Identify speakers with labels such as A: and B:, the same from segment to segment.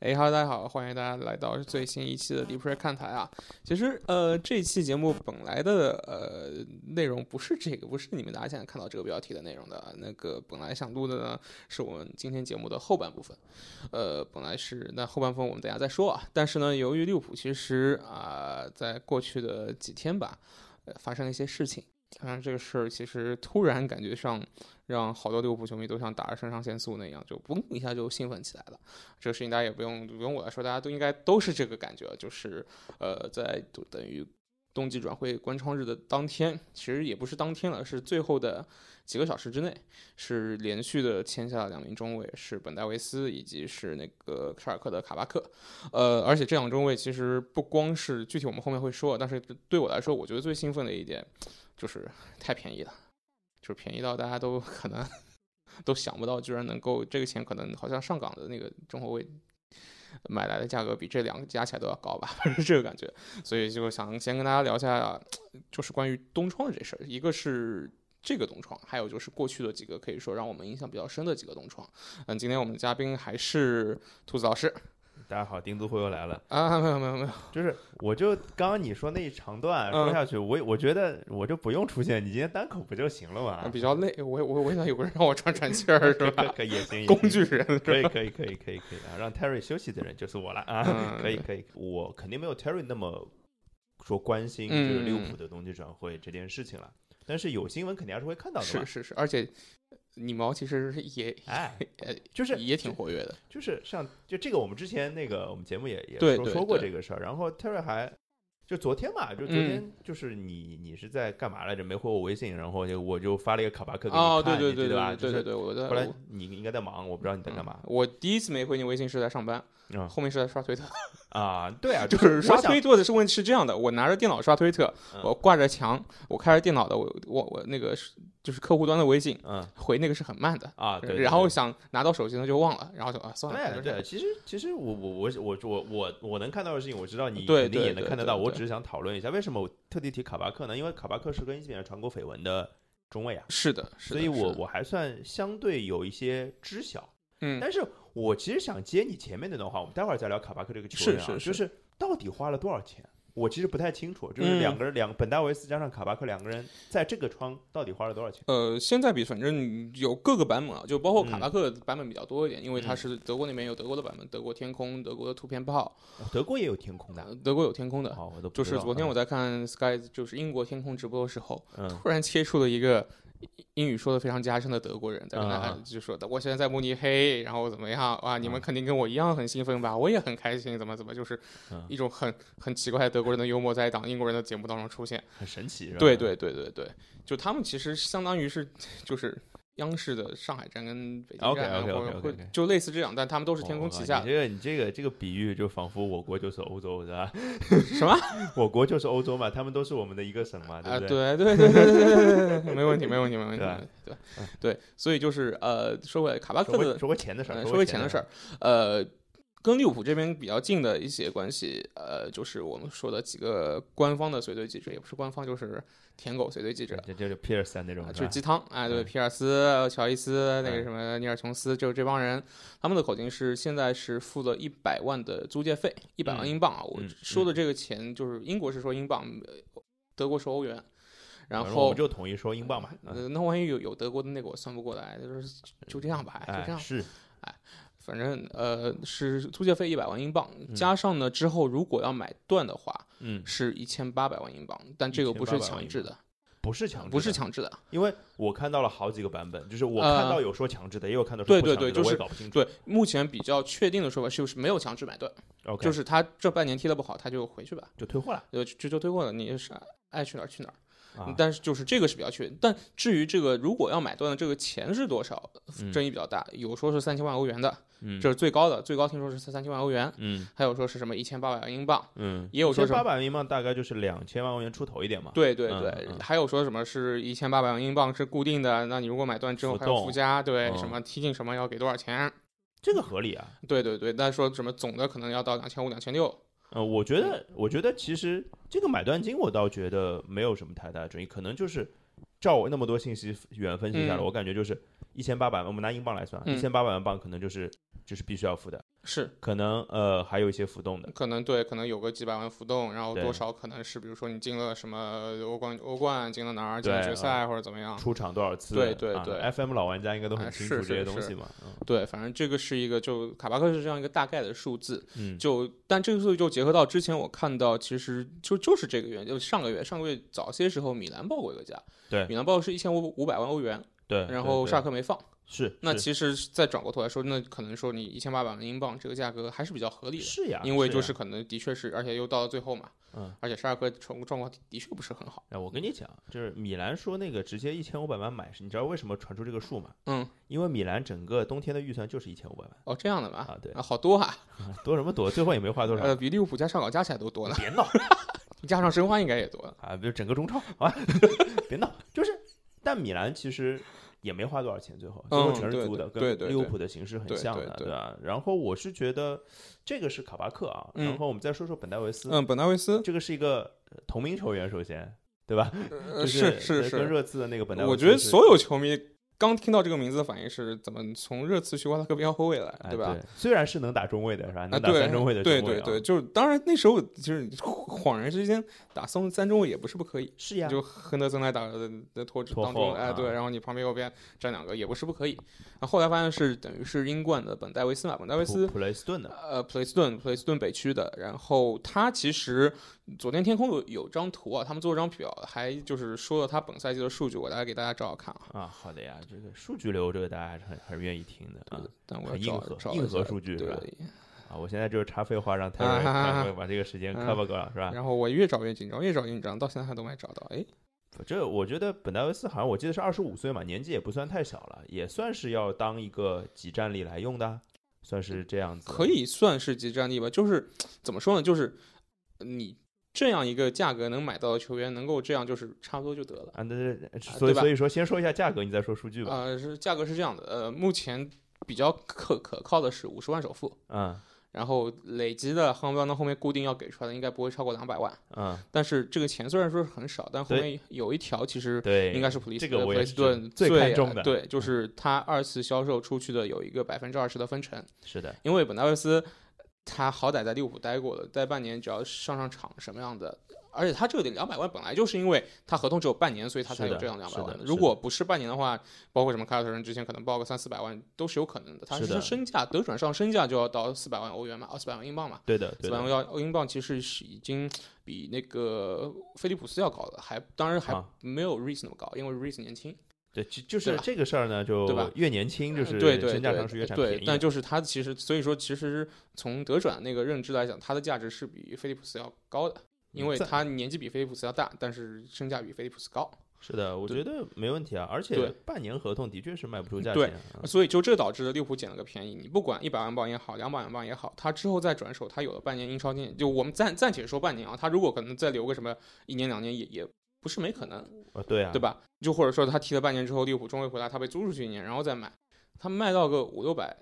A: 哎哈，大家好，欢迎大家来到最新一期的 Deep Red 看台啊。其实呃，这期节目本来的呃内容不是这个，不是你们大家现在看到这个标题的内容的。啊那个本来想录的呢，是我们今天节目的后半部分。呃，本来是那后半部分我们等一下再说啊。但是呢，由于利物浦其实啊、在过去的几天吧，呃，发生了一些事情。当然，这个事儿其实突然感觉上，让好多利物浦球迷都像打了肾上腺素那样，就嘣一下就兴奋起来了。这个事情大家也不用不用我来说，大家都应该都是这个感觉，就是呃，在就等于冬季转会关窗日的当天，其实也不是当天了，是最后的几个小时之内，是连续的签下了两名中卫，是本戴维斯以及是那个沙尔克的卡巴克。呃，而且这两个中卫其实不光是具体我们后面会说，但是对我来说，我觉得最兴奋的一点就是太便宜了，就是便宜到大家都可能都想不到，居然能够这个钱可能好像上港的那个中后卫买来的价格比这两个加起来都要高吧， 反正这个感觉。所以就想先跟大家聊一下，就是关于东窗的这事儿，一个是。这个东窗，还有就是过去的几个可以说让我们印象比较深的几个东窗。嗯，今天我们的嘉宾还是兔子老师
B: 大家好，丁都辉又来了。
A: 啊，没有没有没有，
B: 就是，我就刚刚你说那一长段说
A: 嗯
B: 下去，我我觉得我就不用出现，你今天单口不就行了
A: 啊
B: 嘛？
A: 比较累，我我我想有个人让我喘喘气儿是
B: 可
A: 吧？
B: 可也行，也行
A: 工具人
B: 可以可以可以可以可以啊，让 Terry 休息的人就是我了啊，
A: 嗯
B: 可以可以，我肯定没有 Terry 那么说关心
A: 嗯
B: 就是利物浦的冬季转会这件事情了，但是有新闻肯定还是会看到的
A: 是
B: 嘛。
A: 是是，而且你毛其实也
B: 哎
A: 呃，
B: 就是
A: 也挺活跃的，
B: 就是像就这个，我们之前那个我们节目也也
A: 对
B: 说
A: 对
B: 说过
A: 对嗯
B: 这个事儿。然后 Terry 还就昨天嘛，就昨天就是你、你是在干嘛来着？没回我微信，然后就我就发了一个卡巴克给你看，
A: 哦，对对对
B: 你记
A: 对
B: 得吧？
A: 对对对
B: 对。
A: 对，我在
B: 后来
A: 我
B: 你应该在忙，我不知道你在干嘛
A: 嗯。我第一次没回你微信是在上班，
B: 嗯
A: 后面是在刷推特，
B: 啊，对啊，
A: 就是是刷
B: 我想
A: 推特的是问题是这样的，我拿着电脑刷推特，
B: 嗯
A: 我挂着墙，我开着电脑的，我我我那个是就是客户端的微信
B: 嗯
A: 回那个是很慢的，
B: 啊，对。对
A: 然后
B: 对
A: 想拿到手机呢就忘了，然后就啊算了，
B: 对
A: 反正
B: 对，其实其实我我我我我我我能看到的事情，我知道你
A: 对
B: 肯定
A: 对
B: 也能
A: 对
B: 看得
A: 对
B: 到。我
A: 对
B: 只是想讨论一下，为什么我特地提卡巴克呢？因为卡巴克是跟伊斯米兰传过绯闻的中卫啊，
A: 是的，是的，
B: 所以
A: 是
B: 我
A: 的
B: 我还算相对有一些知晓。
A: 嗯
B: 但是我其实想接你前面那段话，我们待会儿再聊卡巴克这个球员、啊，
A: 是是是
B: 就是到底花了多少钱？我其实不太清楚，就是
A: 嗯
B: 两个人，两个本戴维斯加上卡巴克两个人在这个窗到底花了多少钱？
A: 呃，现在比反正有各个版本啊，就包括卡
B: 嗯
A: 巴克版本比较多一点，因为它
B: 嗯
A: 是德国那边有德国的版本，德国天空、德国的图片炮，
B: 德国也有天空的，
A: 呃德国有天空的。
B: 哦，我都不
A: 就
B: 知
A: 是
B: 道
A: 昨天我在看 Sky，就是英国天空直播的时候，
B: 嗯
A: 突然切出了一个英语说的非常加深的德国人，在跟
B: 啊
A: 他、
B: 啊
A: 就说的，我现在在慕尼黑，然后怎么样啊？你们
B: 啊
A: 肯定跟我一样很兴奋吧？我也很开心，怎么怎么，就是
B: 嗯
A: 一种很很奇怪的德国人的幽默在一档英国人的节目当中出现。
B: 很神奇，是吧？
A: 对对对对对，就他们其实相当于是就是央视的上海站跟北京
B: OK，
A: 站，
B: OK，OK，
A: 或者
B: OK，
A: 会
B: OK
A: 就类似这样，但他们都
B: 哦。
A: 是天空旗
B: 你
A: 下的
B: 这个你这个这个比喻就仿佛我国就是欧洲是吧？
A: 什么？
B: 我国就是欧洲嘛，他们都是我们的一个省嘛，
A: 啊，
B: 不
A: 对对对
B: 对？
A: 对对对对对对，没问题没问题没问题，
B: 对吧
A: 没问题对对，所以就是呃，说回来卡巴克
B: 说
A: 的
B: 回说回钱的事
A: 呃
B: 儿，
A: 说
B: 回
A: 回
B: 钱啊
A: 钱的事
B: 事
A: 儿，，呃，跟利物浦这边比较近的一些关系，呃，就是我们说的几个官方的随队记者，也不是官方，就是舔狗随队记者，
B: 这这就皮尔斯啊那种
A: 啊，就是是
B: 吧？
A: 鸡汤啊，对，
B: 嗯
A: 皮尔斯、乔伊斯、那个
B: 嗯
A: 什么尼尔琼斯，就是这帮人，他们的口径是现在是付了一百万的租借费，一百万
B: 嗯
A: 英镑啊。我
B: 嗯
A: 说的这个钱就是英国是说英镑，呃德国是欧元，然
B: 我
A: 后
B: 们就统一说英镑嘛，嗯
A: 呃那万一有有德国的那个我算不过来，就是就这样吧，就
B: 哎
A: 这样吧。
B: 是
A: 反正呃是租借费一百万英镑，
B: 嗯
A: 加上呢之后如果要买断的话
B: 嗯，
A: 是一千八百万英镑，但这个不是
B: 1800万
A: 强
B: 英
A: 制的，
B: 不是强制的，
A: 不是强制的，
B: 因为我看到了好几个版本，就是我
A: 呃
B: 看到有说强制的，也有看到说不
A: 对
B: 强
A: 对
B: 制的，
A: 对
B: 我
A: 就
B: 也
A: 是
B: 搞不清楚。
A: 对，目前比较确定的说法就是没有强制买断，
B: OK，
A: 就是是他这半年踢得不好，他就回去吧，
B: 就退货了。
A: 呃，就就退货了，你是爱去哪儿去哪儿。嗯
B: 啊，
A: 但是就是这个是比较确定，但至于这个如果要买断的这个钱是多少，
B: 嗯
A: 争议比较大，有说是三千万欧元的，
B: 嗯
A: 这是最高的，最高听说是三三千万欧元，
B: 嗯
A: 还有说是什么一千八百万英镑，
B: 嗯，
A: 也有说什
B: 八
A: 么。
B: 百万英镑大概就是两千万欧元出头一点嘛。
A: 对对
B: 嗯
A: 对，
B: 嗯
A: 还有说什么是一千八百万英镑是固定的，那你如果买断之后
B: 浮
A: 还有
B: 动
A: 附加，对、
B: 嗯
A: 什么踢进什么要给多少钱？
B: 这个合理啊。
A: 对对对，那说什么总的可能要到两千五、两千六，
B: 呃，我觉得，我觉得其实这个买断金我倒觉得没有什么太大的争议，可能就是照我那么多信息源分析下来，
A: 嗯
B: 我感觉就是一千八百万，我们拿英镑来算，
A: 嗯
B: 一千八百万镑可能就是就是必须要付的，
A: 是
B: 可能呃还有一些浮动的。
A: 可能对，可能有个几百万浮动，然后
B: 对
A: 多少可能是比如说你进了什么欧冠欧冠进了哪儿进
B: 对嗯
A: 了决赛或者怎么样，
B: 出场多少次？
A: 啊对对对
B: 啊、，FM 老玩家应该都很
A: 哎
B: 清楚
A: 是
B: 这些
A: 是
B: 东
A: 是
B: 西嘛。嗯
A: 对，反正这个是一个就卡巴克是这样一个大概的数字，
B: 嗯，
A: 就但这个数据就结合到之前我看到，其实就就是这个月，就上个月上个月早些时候米兰报过一个价，
B: 对
A: 米兰报是一千五五百万欧元，
B: 对。
A: 然后
B: 对
A: 沙克没放，
B: 是
A: 那
B: 是
A: 其实再转过头来说，那可能说你一千八百万英镑这个价格还是比较合理的。
B: 是啊呀，
A: 因为就是
B: 呀
A: 是可能的确是，而且又到了最后嘛，
B: 嗯，
A: 而且沙尔克状状况的确不是很好，
B: 哎，我跟你讲，就是米兰说那个直接一千五百万买，你知道为什么传出这个数吗？
A: 嗯，
B: 因为米兰整个冬天的预算就是一千五百万
A: 哦这样的吧，
B: 啊，对，
A: 啊好多啊，
B: 多什么多，最后也没花多少
A: 呃，比利物浦加上港加起来都多呢，
B: 别闹
A: 加上申花应该也多了，
B: 啊，比如整个中超啊， 别闹，就是，但米兰其实也没花多少钱，最后最后
A: 嗯
B: 全是
A: 对
B: 租的，
A: 对对
B: 跟
A: 对
B: 利物
A: 对
B: 浦的形式很
A: 对
B: 像
A: 对
B: 的，
A: 对
B: 对吧？然后我是觉得这个是卡巴克啊，然
A: 嗯
B: 后我们再说说本戴维斯，
A: 嗯，本纳维斯
B: 这个是一个呃同名球员，首先。对吧？
A: 呃
B: 就是是
A: 是
B: 跟
A: 是，
B: 热刺的那个本戴维斯
A: 我
B: 是，
A: 觉得所有球迷刚听到这个名字的反应是怎么从热刺去挖了个边后卫来，
B: 哎
A: 对吧？？
B: 虽然是能打中卫的是吧？
A: 啊，
B: 能打
A: 对
B: 三中卫的中卫、
A: 对
B: 啊，
A: 对对，，就是当然那时候就是恍然之间打三三中卫也不是不可以，
B: 是呀
A: 你，就亨德森来打的的拖
B: 拖
A: 当
B: 后
A: 中，哎，
B: 啊
A: 对，然后你旁边右边站两个也不是不可以。啊，后来发现是等于是英冠的本戴维斯嘛，本戴维斯
B: 普普雷斯顿的，
A: 呃，普雷斯顿，普雷斯顿北区的。然后他其实昨天天空有有张图啊，他们做了张表，还就是说了他本赛季的数据，我大概给大家找找看啊。
B: 啊，好的呀，这个数据流这个大家还是很很愿意听的啊，
A: 但我要
B: 很硬
A: 找
B: 核
A: 找一
B: 硬核
A: 下
B: 数据是
A: 对
B: 吧？，啊，我现在就是插废话，让泰瑞
A: 啊 啊啊
B: 泰瑞把这个时间
A: 嗯
B: cover 过了是吧？
A: 然后我越找越紧张，越找越紧张，到现在还都没找到。哎，
B: 这我觉得本戴维斯好像我记得是二十五岁嘛，年纪也不算太小了，也算是要当一个集战力来用的啊，算是这样子，
A: 可以算是集战力吧，就是怎么说呢，就是你这样一个价格能买到的球员，能够这样就是差不多就得了。
B: 啊，那所以
A: 对吧
B: 所以说先说一下价格，你再说数据吧，
A: 呃，是价格是这样的，呃，目前比较可可靠的是五十万首付，
B: 嗯
A: 然后累积的航标呢后面固定要给出来的应该不会超过两百万，
B: 嗯，
A: 但是这个钱虽然说是很少，但后
B: 对
A: 面有一条其实
B: 对，
A: 应该是普利斯
B: 这个
A: 普
B: 我也
A: 利
B: 是
A: 斯顿
B: 最看重
A: 爱
B: 的嗯
A: 对，就是他二次销售出去的有一个百分之二十的分成，
B: 是的，
A: 因为本戴维斯他好歹在利物浦待过了，待半年只要上上场什么样的。而且他这个两百万本来就是因为他合同只有半年，所以他才
B: 是
A: 有
B: 的
A: 这样两
B: 是
A: 百
B: 的
A: 万
B: 是的
A: 如果不是半年的话，包括什么凯尔特人之前可能报个三四百万都是有可能的。他
B: 是的
A: 是身价德转上身价就要到四百万欧元嘛，哦，四百万英镑嘛。
B: 对的，
A: 四
B: 对
A: 百
B: 的
A: 万要英镑其实是已经比那个菲利普斯要高了，还当然还
B: 啊
A: 没有 Reese 那么高，因为 Reese 年轻。
B: 对，就就是
A: 对吧
B: 这个事儿呢，就
A: 对吧
B: 越年轻就
A: 呃
B: 是
A: 对对
B: 身价上是越
A: 对
B: 占便宜
A: 对
B: 的，，
A: 但就是他其实所以说其实从德转那个认知来讲，他的价值是比菲利普斯要高的，因为
B: 嗯在
A: 他年纪比菲利普斯要大，但是身价比菲利普斯高。
B: 是的，我
A: 对
B: 觉得没问题啊，而且
A: 对
B: 半年合同的确是卖不出价
A: 对
B: 钱啊，
A: 所以就这导致了利物浦捡了个便宜。你不管一百万镑也好，两百万镑也好，他之后再转手，他有了半年英超经验，就我们暂暂且说半年啊，他如果可能再留个什么一年两年也也不是没可能。
B: 啊对啊，
A: 对？吧？就或者说他踢了半年之后，利物浦中卫回来，他被租出去一年，然后再买，他卖到个五六百，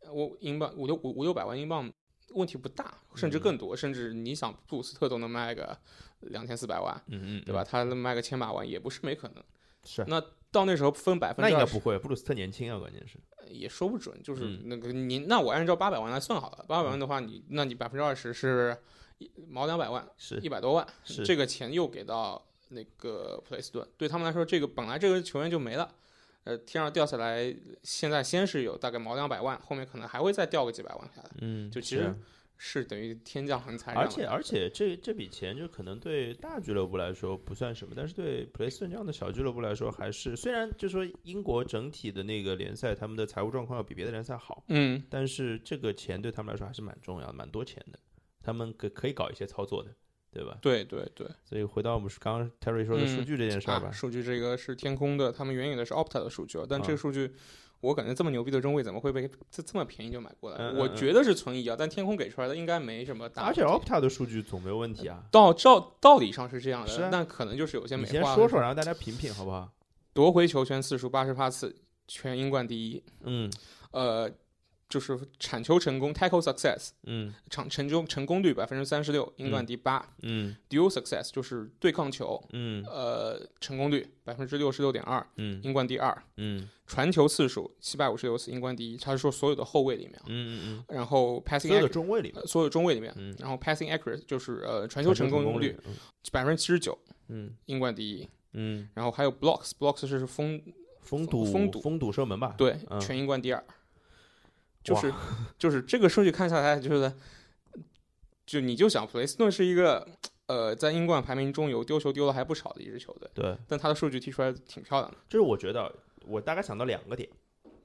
A: 呃我英镑五六五五六百万英镑，问题不大，甚至
B: 嗯
A: 更多，甚至你想布鲁斯特都能卖个两千四百万，
B: 嗯嗯，
A: 对吧？
B: 嗯？
A: 他能卖个千把万也不是没可能。
B: 是，
A: 那到那时候分百分
B: 那
A: 之
B: 应该
A: 二
B: 不
A: 十
B: 会，布鲁斯特年轻啊，关键是，
A: 也说不准，就是
B: 嗯
A: 那个你那我按照八百万来算好了，八百万的话你那你百分之二十是一毛两百万，
B: 是
A: 一百多万，
B: 是
A: 这个钱又给到那个普雷斯顿，对他们来说，这个本来这个球员就没了，呃，天上掉下来，现在先是有大概毛两百万，后面可能还会再掉个几百万下来，
B: 嗯，
A: 就是其实是等于天降横财这样
B: 而
A: 的。
B: 且而且这这笔钱就可能对大俱乐部来说不算什么，但是对普雷斯顿这样的小俱乐部来说，还是虽然就说英国整体的那个联赛他们的财务状况要比别的联赛好，
A: 嗯，
B: 但是这个钱对他们来说还是蛮重要的，蛮多钱的，他们可可以搞一些操作的，对吧？
A: 对对对，
B: 所以回到我们刚刚 Terry 说的数
A: 嗯
B: 据这件事儿吧
A: 啊，，数据这个是天空的，他们原有的是 Opta 的数据，啊但
B: 啊
A: 这个数据。我感觉这么牛逼的中卫怎么会被这这么便宜就买过来？
B: 嗯嗯
A: 我
B: 嗯
A: 觉得是存疑啊，但天空给出来的应该没什么大
B: 而
A: 问题。
B: 且 Opta 的数据总没有问题啊。
A: 到照道理上是这样
B: 是啊
A: 的，但可能就是有些
B: 你
A: 美
B: 先
A: 化。
B: 说说，然后大家品品好不好？
A: 夺回球权次数八十八次，全英冠第一。
B: 嗯，
A: 呃，就是铲球成功 （tackle success）
B: 嗯
A: 场成功成功率百分之三十六，英格兰第八、
B: 嗯
A: d u e l success 就是对抗球，
B: 嗯
A: 呃，成功率百分之六十六点二，
B: 嗯
A: 英格兰第二。
B: 嗯
A: 传球次数七百五十六次，英冠第一。他是说所有的后卫里面啊，
B: 嗯嗯，
A: 然后
B: 所
A: passing
B: 有
A: ac-
B: 的中卫里面
A: 呃，所有中卫里面，
B: 嗯
A: 然后 passing accurate 就是呃传
B: 传
A: 球成
B: 球
A: 功率
B: 率，
A: 百分之七十九，
B: 嗯
A: 英冠第一。
B: 嗯，
A: 然后还有 blocks blocks 是封
B: 封堵
A: 封堵
B: 封堵射门吧，，
A: 对、
B: 嗯
A: 全英冠第二，就是就是这个数据看下来就是，就你就想普雷斯顿是一个呃在英冠排名中有丢球丢了还不少的一支球队，
B: 对，
A: 但他的数据踢出来挺漂亮的。
B: 这是我觉得我大概想到两个点，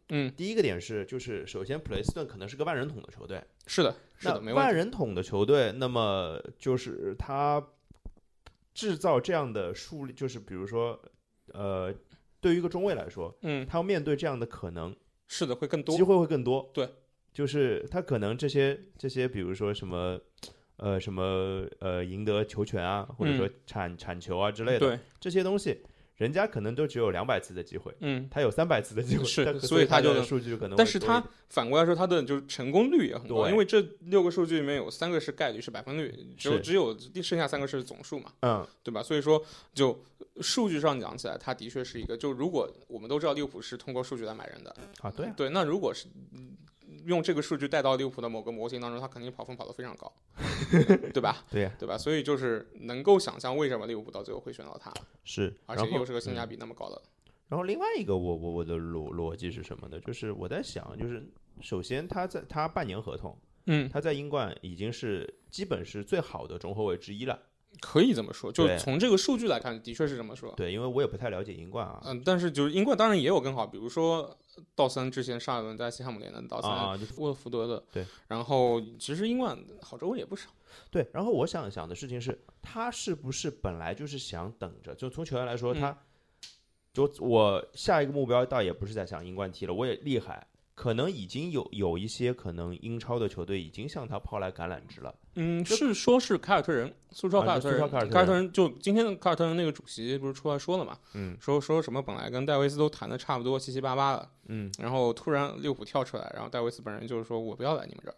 A: 嗯，
B: 第一个点是就是首先普雷斯顿可能是个万人桶的球队，
A: 是的，是
B: 那
A: 的，没问
B: 万
A: 题。
B: 人桶的球队，那么就是他制造这样的数，就是比如说，呃，对于一个中卫来说，
A: 嗯，
B: 他要面对这样的可能
A: 是的，会更多
B: 机。会会更多。
A: 对，
B: 就是他可能这些这些，比如说什么。呃，什么呃，赢得球权啊，或者说铲铲球啊之类的，
A: 嗯对，
B: 这些东西，人家可能都只有两百次的机会，
A: 嗯，
B: 他有三百次的机会，
A: 是
B: 但
A: 所以他
B: 他
A: 就
B: 的数据可能会多一点，
A: 但是他反过来说，他的就是成功率也很高，
B: 对
A: 因为这六个数据里面有三个是概率，是百分率，只有
B: 是
A: 只有剩下三个是总数嘛，
B: 嗯，
A: 对吧？所以说，就呃数据上讲起来，他的确是一个，就如果我们都知道利物浦是通过数据来买人的，
B: 啊，对啊，
A: 对，那如果是嗯用这个数据带到利物浦的某个模型当中，他肯定跑分跑得非常 高，对吧？
B: 对啊，
A: 对吧？所以就是能够想象为什么利物浦到最后会选到他，
B: 是，
A: 而
B: 然
A: 且
B: 后嗯
A: 又是个性价比那么高的，
B: 然后另外一个我我我的逻逻辑是什么呢？就是我在想，就是首先他在他半年合同，
A: 嗯，
B: 他在英冠已经是基本是最好的中后卫之一了。
A: 可以这么说，就
B: 对
A: 从这个数据来看，的确是这么说。
B: 对，因为我也不太了解英冠啊
A: 嗯，但是就是英冠当然也有更好，比如说道森之前上一轮在西汉姆联的道森、
B: 啊，就
A: 沃特福德的，
B: 对，
A: 然后其实英冠好中卫也不少，
B: 对。然后我想想的事情是，他是不是本来就是想等着？就从球员来说，
A: 嗯
B: 他就我下一个目标倒也不是在想英冠踢了，我也厉害。可能已经有有一些可能英超的球队已经向他抛来橄榄枝了，
A: 嗯，是说是凯尔特人，苏超
B: 啊
A: 凯尔特人，
B: 苏超凯尔特人
A: 凯尔特人就今天的凯尔特人那个主席不是出来说了嘛，
B: 嗯
A: 说说什么本来跟戴维斯都谈的差不多七七八八了，
B: 嗯，
A: 然后突然利物浦跳出来，然后戴维斯本人就是说我不要来你们这儿，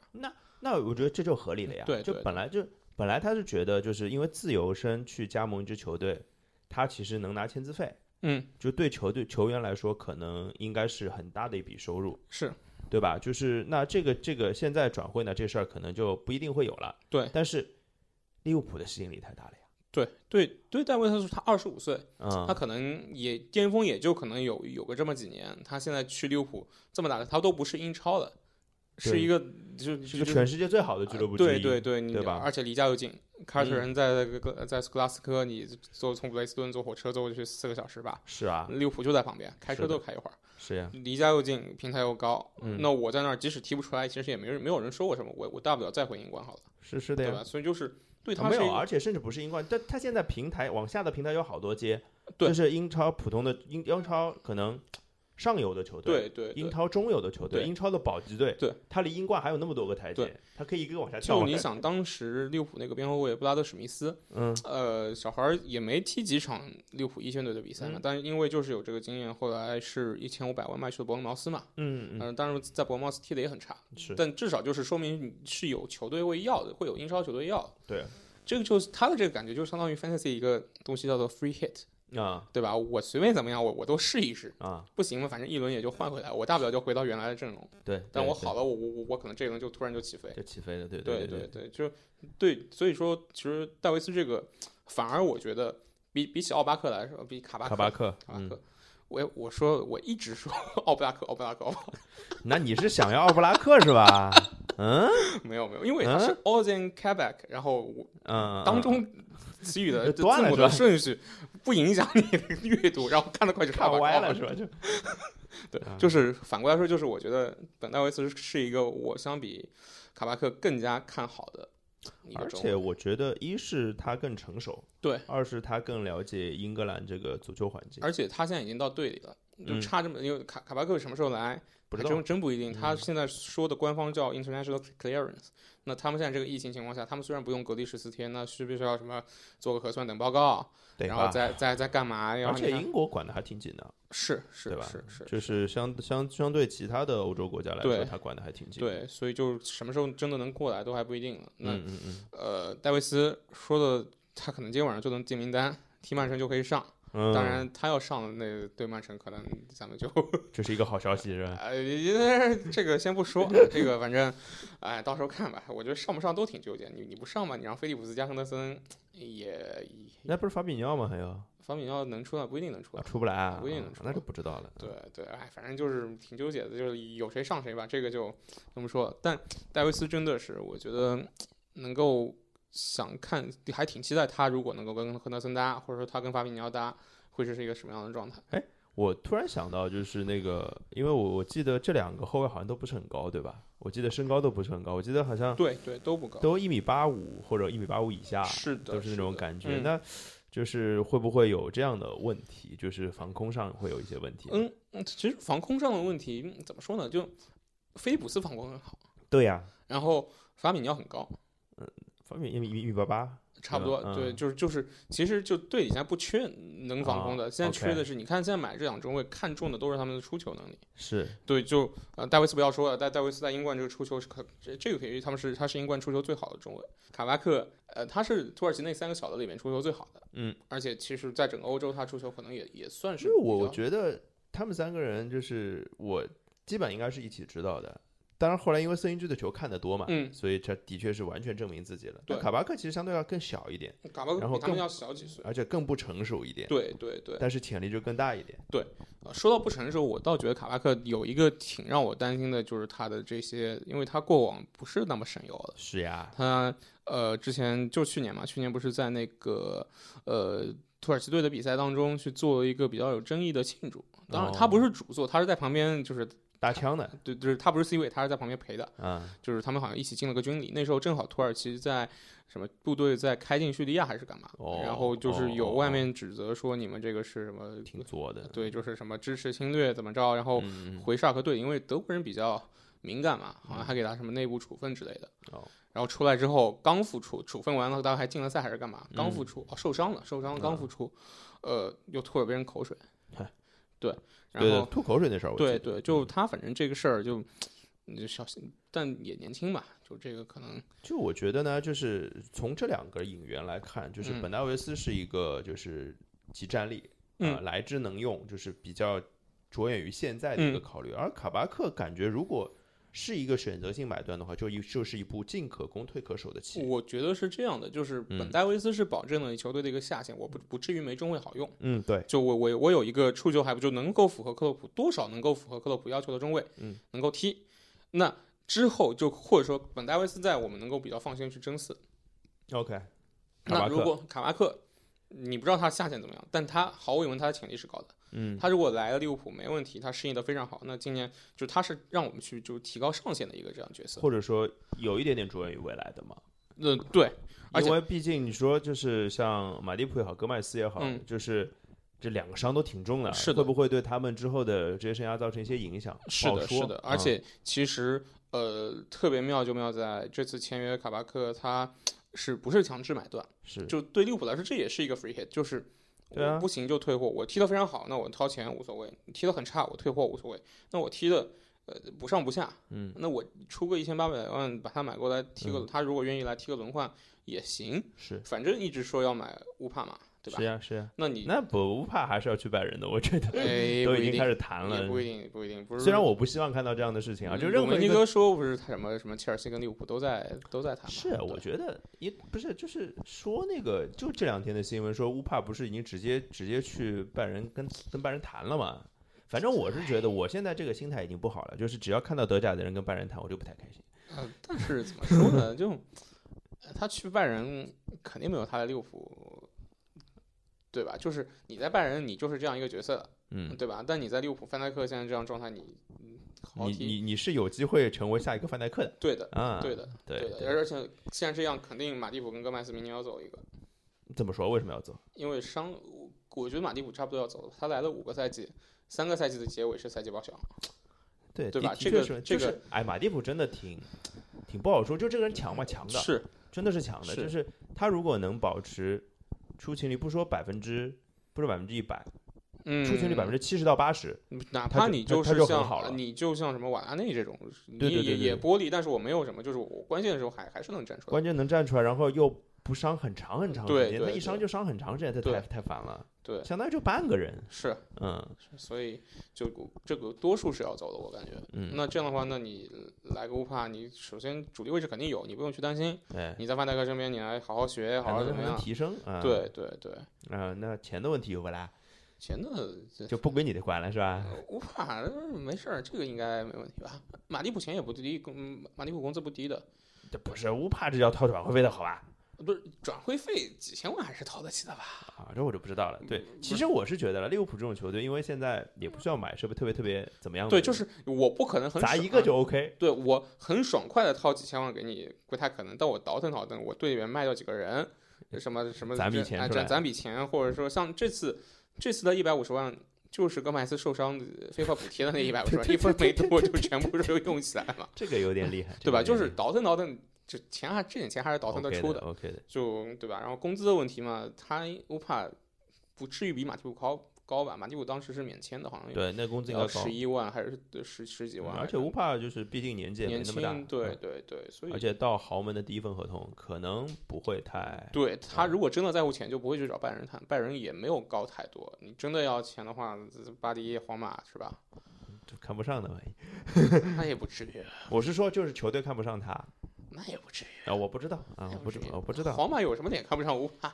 B: 那我觉得这就合理了呀。
A: 对
B: 就
A: 对
B: 本来就本来他是觉得，就是因为自由身去加盟一支球队，他其实能拿签字费，
A: 嗯，
B: 就对球队球员来说，可能应该是很大的一笔收入，
A: 是
B: 对吧？就是那这个这个现在转会呢，这事儿可能就不一定会有了。
A: 对
B: 但是利物浦的吸引力太大了呀。
A: 对对对，戴维斯说他二十五岁，他
B: 嗯，
A: 可能也巅峰，也就可能有有个这么几年。他现在去利物浦这么打的，他都不是英超了，是
B: 对
A: 一个就是呃
B: 是个全世界最好的俱乐部之一。
A: 对对对，你
B: 对吧嗯
A: 而且离家又近，凯尔特人在在在斯克拉斯科，你坐从布雷斯顿坐火车坐过去四个小时吧。
B: 是啊，
A: 利物浦就在旁边，开
B: 是
A: 车
B: 的
A: 都开一会儿，
B: 是呀、
A: 离家又近，平台又高。
B: 嗯
A: 那我在那儿即使踢不出来，其实也没人没有人说我什么，我我大不了再回英冠好了，
B: 是是的
A: 对
B: 呀。
A: 吧？所以就是对
B: 啊
A: 他
B: 没
A: 是一
B: 有，
A: 个
B: 而且甚至不是英冠，但他现在平台往下的平台有好多阶，
A: 呃对
B: 就是英超普通的英英超可能上游的球
A: 对
B: 队，
A: 对
B: 英
A: 对，
B: 超中游的球队，
A: 对
B: 英超的保级队，
A: 对，
B: 他离英冠还有那么多个台阶
A: 对，
B: 他可以一个个往下跳
A: 就
B: 啊。
A: 你想当时利物浦那个边后卫布拉德史密斯，
B: 嗯，
A: 呃，小孩儿也没踢几场利物浦一线队的比赛嘛，
B: 嗯
A: 但是因为就是有这个经验，后来是一千五百万卖出的伯恩茅斯嘛，
B: 嗯嗯
A: 嗯，当然在伯恩茅斯踢的也很差，
B: 是
A: 但至少就是说明你是有球队会要的，会有英超球队要的。
B: 对
A: 这个就是他的这个感觉，就相当于 fantasy 一个东西叫做 free hit，
B: 啊
A: 对吧？我随便怎么样，我我都试一试，
B: 啊，
A: 不行嘛，反正一轮也就换回来，我大不了就回到原来的阵容。
B: 对，
A: 但
B: 对
A: 我好了，我我我我可能这一轮就突然就起飞
B: 对。就起飞了，对
A: 对
B: 对，
A: 对，就对，所以说其实戴维斯这个，反而我觉得比比起奥巴克来说，比卡巴克啊
B: 卡巴克，
A: 卡巴
B: 嗯，
A: 克，我我说我一直说奥布拉克奥布拉克，奥布拉
B: 那你是想要奥布拉克 是吧？嗯
A: 克没有没有，因为他是 Ozen Quebec，然后我
B: 嗯，
A: 当中词语的
B: 就
A: 字
B: 断了
A: 母
B: 是
A: 的
B: 吧
A: 顺序不影响你的阅读，然后看得快就
B: 看歪了
A: 是
B: 是吧？就
A: 对
B: 啊，
A: 哦就是反过来说，就是我觉得本戴维斯是一个我相比卡巴克更加看好的一个
B: 而
A: 中
B: 且我觉得，一是他更成熟，
A: 对；
B: 二是他更了解英格兰这个足球环境。
A: 而且他现在已经到队里了，就差这么，因为卡卡巴克什么时候来，
B: 嗯不知
A: 还
B: 道嗯
A: 真真不一定。他现在说的官方叫 international clearance，那他们现在这个疫情情况下，他们虽然不用隔离十四天，那是必须要什么做个核酸等报告，
B: 对
A: 然后
B: 吧？
A: 再再再干嘛？然
B: 而
A: 后你
B: 且
A: 看
B: 英国管的还挺紧的，
A: 是是
B: 对吧
A: 是是，
B: 就是相相相对其他的欧洲国家来
A: 对
B: 说，它管的还挺紧。，
A: 对，所以就什么时候真的能过来都还不一定了。那、
B: 嗯嗯嗯
A: 呃，戴维斯说的，他可能今天晚上就能进名单，踢曼城就可以上。
B: 嗯，
A: 当然，他要上了那对曼城，可能咱 们就
B: 这是一个好消息，
A: 哎
B: 是吧？
A: 呃， 这个先不说，这个反正，哎，到时候看吧。我觉得上不上都挺纠结。你你不上吧，你让菲利普斯加亨德森也
B: 那不是法比尼奥吗？还有啊
A: 方敏要能出来，不一定能出来。
B: 出不来啊，
A: 不一定
B: 啊
A: 能出
B: 那
A: 来
B: 就不知道了。
A: 对对，哎，反正就是挺纠结的，就是有谁上谁吧，这个就这么说。但戴维斯真的是，我觉得能够想看，还挺期待他如果能够跟亨德森搭，或者说他跟法比尼奥搭，会是一个什么样的状态？
B: 我突然想到，就是那个，因为我我记得这两个后卫好像都不是很高，对吧？我记得身高都不是很高，我记得好像
A: 对对，都不高。
B: 都一米八五或者一米八五以下，
A: 是的，
B: 都是那种感觉。
A: 嗯
B: 那就是会不会有这样的问题？就是防空上会有一些问题。，
A: 嗯，嗯其实防空上的问题嗯怎么说呢？就菲利普斯防空很好，
B: 对呀、
A: 然后法比尼奥很高，
B: 方面一米一米八八，
A: 差不
B: 对
A: 多
B: 吧。嗯
A: 对，就是就是，其实就队里现在不缺能防空的，
B: 啊
A: 现在缺
B: OK
A: 的是，你看现在买这两中卫看中的都是他们的出球能力。
B: 是
A: 对，就呃，戴维斯不要说了，戴戴维斯在英冠这个出球是可这这个可以，他们是他是英冠出球最好的中卫。卡巴克，呃，他是土耳其那三个小的里面出球最好的，
B: 嗯，
A: 而且其实在整个欧洲他出球可能也也算
B: 因
A: 是
B: 为我
A: 比
B: 我
A: 较
B: 觉得他们三个人就是我基本应该是一起知道的。当然后来因为孙兴慜的球看得多嘛，
A: 嗯
B: 所以这的确是完全证明自己了。
A: 对
B: 但卡巴克其实相对要更小一点，
A: 卡巴克
B: 然后
A: 比他们
B: 更
A: 要小几岁。
B: 而且更不成熟一点，
A: 对对对，
B: 但是潜力就更大一点。
A: 呃说到不成熟，我倒觉得卡巴克有一个挺让我担心的，就是他的这些，因为他过往不是那么省油的。
B: 是呀，
A: 他呃之前就去年嘛，去年不是在那个呃土耳其队的比赛当中去做一个比较有争议的庆祝。当然，他
B: 哦
A: 不是主做，他是在旁边，就是
B: 搭腔的，
A: 对，就是他不是 C 位，他是在旁边陪的。
B: 嗯，
A: 就是他们好像一起进了个军礼，那时候正好土耳其在什么部队在开进叙利亚还是干嘛，
B: 哦
A: 然后就是有
B: 哦哦
A: 外面指责说你们这个是什么，
B: 挺作的。
A: 对，就是什么支持侵略怎么着，然后
B: 嗯，嗯
A: 回沙尔克队，因为德国人比较敏感嘛，好像还给他什么内部处分之类的。
B: 哦
A: 然后出来之后刚复出，处分完了，大概还进了赛还是干嘛？刚
B: 嗯
A: 复出，哦，受伤了，受伤了，刚复出，呃，又吐了别人口水
B: 嗨。
A: 对，
B: 嗯
A: 然
B: 对
A: 后
B: 吐口水那事儿，我记
A: 对
B: 得嗯
A: 对，就他反正这个事儿就你就小心，但也年轻嘛，就这个可能
B: 就我觉得呢，就是从这两个引援来看，就是
A: 嗯
B: 本戴维斯是一个就是集战力，
A: 嗯
B: 呃，来之能用，就是比较着眼于现在的一个
A: 嗯
B: 考虑。而卡巴克感觉如果是一个选择性买断的话，就一就是一部进可攻退可守的棋。
A: 我觉得是这样的，就是本
B: 嗯
A: 戴维斯是保证了你球队的一个下限，我不不至于没中卫好用。
B: 嗯，对，
A: 就我我我有一个出球还不就能够符合克洛普多少能够符合克洛普要求的中卫，
B: 嗯，
A: 能够踢。那之后就或者说本戴维斯在我们能够比较放心去争四。
B: OK，卡
A: 那
B: 巴
A: 如
B: 克，
A: 果卡巴克，你不知道他下限怎么样，但他毫无疑问他的潜力是高的。
B: 嗯，
A: 他如果来了利物浦没问题，他适应的非常好。那今年就他是让我们去就提高上限的一个这样角色。
B: 或者说有一点点着眼于未来的嘛，呃
A: 嗯，对，而且
B: 因为毕竟你说就是像马蒂普也好，戈麦斯也好，
A: 嗯
B: 就是这两个伤都挺重的，啊
A: 是的
B: 会不会对他们之后的职业生涯造成一些影响？
A: 是
B: 不好
A: 的，
B: 说啊嗯
A: 是的，而、且其实呃特别妙就妙在这次签约卡巴克，他是不是强制买断？
B: 嗯是
A: 就对利物浦来说，这也是一个 free hit，就是
B: 对啊
A: 我不行就退货，我踢得非常好，那我掏钱无所谓；你踢得很差，我退货无所谓。那我踢的呃不上不下，
B: 嗯，
A: 那我出个一千八百万把他买过来踢个，他如果愿意来踢个轮换也行，
B: 是
A: 反正一直说要买乌帕嘛，对吧
B: 是？呀是呀，
A: 那你
B: 那不怕还是要去拜仁的，我觉得
A: 哎
B: 都
A: 不一
B: 已经
A: 定
B: 开始谈
A: 也
B: 了。
A: 不一嗯定不一定，不是
B: 虽然我不希望看到这样的事情啊，就任何
A: 尼
B: 一个
A: 哥说不是他什么什么切尔西跟利物浦都在都在谈嘛，
B: 是，我
A: 对
B: 觉得也不是，就是说那个，就这两天的新闻说乌帕不是已经直接直接去拜仁跟跟拜仁谈了嘛？反正我是觉
A: 哎
B: 得我现在这个心态已经不好了，就是只要看到德甲的人跟拜仁谈，我就不太开心。
A: 呃，但是怎么说呢，就呃他去拜仁肯定没有他在利物浦，对吧？就是你在拜仁，你就是这样一个角色，
B: 嗯，
A: 对吧？但你在利物浦，范戴克现在这样状态，你嗯好好
B: 你
A: 踢，
B: 你你是有机会成为下一个范戴克的
A: 对的，
B: 啊？
A: 对的，
B: 对
A: 对的。而且现在这样，肯定马蒂普跟戈麦斯明年要走一个，
B: 怎么说？为什么要走？
A: 因为伤，我我觉得马蒂普差不多要走了，他来了五个赛季，三个赛季的结尾是赛季报销。
B: 对
A: 对
B: 的
A: 吧
B: 的
A: 这
B: 确
A: 个
B: 是
A: 这
B: 就
A: 个
B: 是哎，马蒂普真的挺挺不好说，就这个人强嘛，强的，
A: 是
B: 真的是强的，
A: 是
B: 就是他如果能保持出勤率，不说百分之。不是百分之一百，
A: 嗯，
B: 出勤率百分之七十到八十，
A: 哪
B: 他
A: 怕
B: 就
A: 你
B: 他
A: 就
B: 他
A: 是
B: 就很
A: 像
B: 好了
A: 你就像什么瓦拉内这种，你
B: 对对对
A: 也
B: 对
A: 也玻璃，但是我没有什么，就是我关键的时候还还是能站出来。
B: 关键能站出来，然后又不伤很长很长
A: 对
B: 时间，
A: 对
B: 他一伤
A: 对
B: 就伤很长时间，他
A: 对
B: 太太烦了，
A: 对，
B: 相当于就半个人，
A: 是，
B: 嗯
A: 是所以就这个多数是要走的，我感觉。
B: 嗯，
A: 那这样的话，那你来个乌帕，你首先主力位置肯定有，你不用去担心。
B: 哎，
A: 你在范戴克身边，你来好好学，好
B: 还
A: 好
B: 能
A: 怎么
B: 还能
A: 样？
B: 提升啊？
A: 对对对，
B: 啊，那钱的问题有 不啦？
A: 钱的这
B: 就不归你的管了是吧？
A: 乌帕呃没事儿，这个应该没问题吧？马利普钱也不低，工嗯马利普工资不低的，
B: 这不是乌帕，这叫掏转会费的好吧？
A: 不是转会费几千万还是掏得起的吧？
B: 啊，这我就不知道了。对，
A: 不
B: 其实我是觉得了，利物浦这种球队，因为现在也不需要买，是不是特别特别怎么样的
A: 对，
B: 人？
A: 就是我不可能很啊
B: 砸
A: 爽
B: 一个就 OK。
A: 对我很爽快的掏几千万给你，不太可能。但我倒腾倒腾，我队里面卖掉几个人，什么什么
B: 攒笔
A: 这
B: 钱
A: 哎
B: 出
A: 攒
B: 来
A: 攒笔钱，或者说像这次这次的一百五十万。就是戈麦斯受伤，非法补贴的那一百五 十万，一分没多就全部都用起来了，
B: 这个有 点厉害，
A: 对吧？就
B: 这个有
A: 是
B: 点厉
A: 倒腾倒腾，这钱还这点钱还是
B: 害
A: 倒腾得
B: OK
A: 出
B: 的
A: 的，
B: ，OK 的。
A: 就对吧？然后工资的问题嘛，他乌帕不至于比马蒂普高高吧？马蒂普当时是免签的，好像有
B: 对，那工资应
A: 嗯
B: 该
A: 要
B: 高
A: 十，一万还是十十几
B: 嗯
A: 万，
B: 而且乌帕就是毕竟年纪也
A: 年
B: 没那么大，
A: 轻，对
B: 嗯，
A: 对对，所以
B: 而且到豪门的第一份合同可能不会太。
A: 对
B: 嗯
A: 他如果真的在乎钱，就不会去找拜仁谈，拜仁也没有高太多。你真的要钱的话，巴黎、皇马是吧？
B: 就看不上的玩意。
A: 那也不至于，
B: 我是说，就是球队看不上他
A: 那也不至于。
B: 啊，我不知道啊，
A: 那
B: 我不知
A: 至于
B: 我不知道，
A: 皇马有什么点看不上乌帕？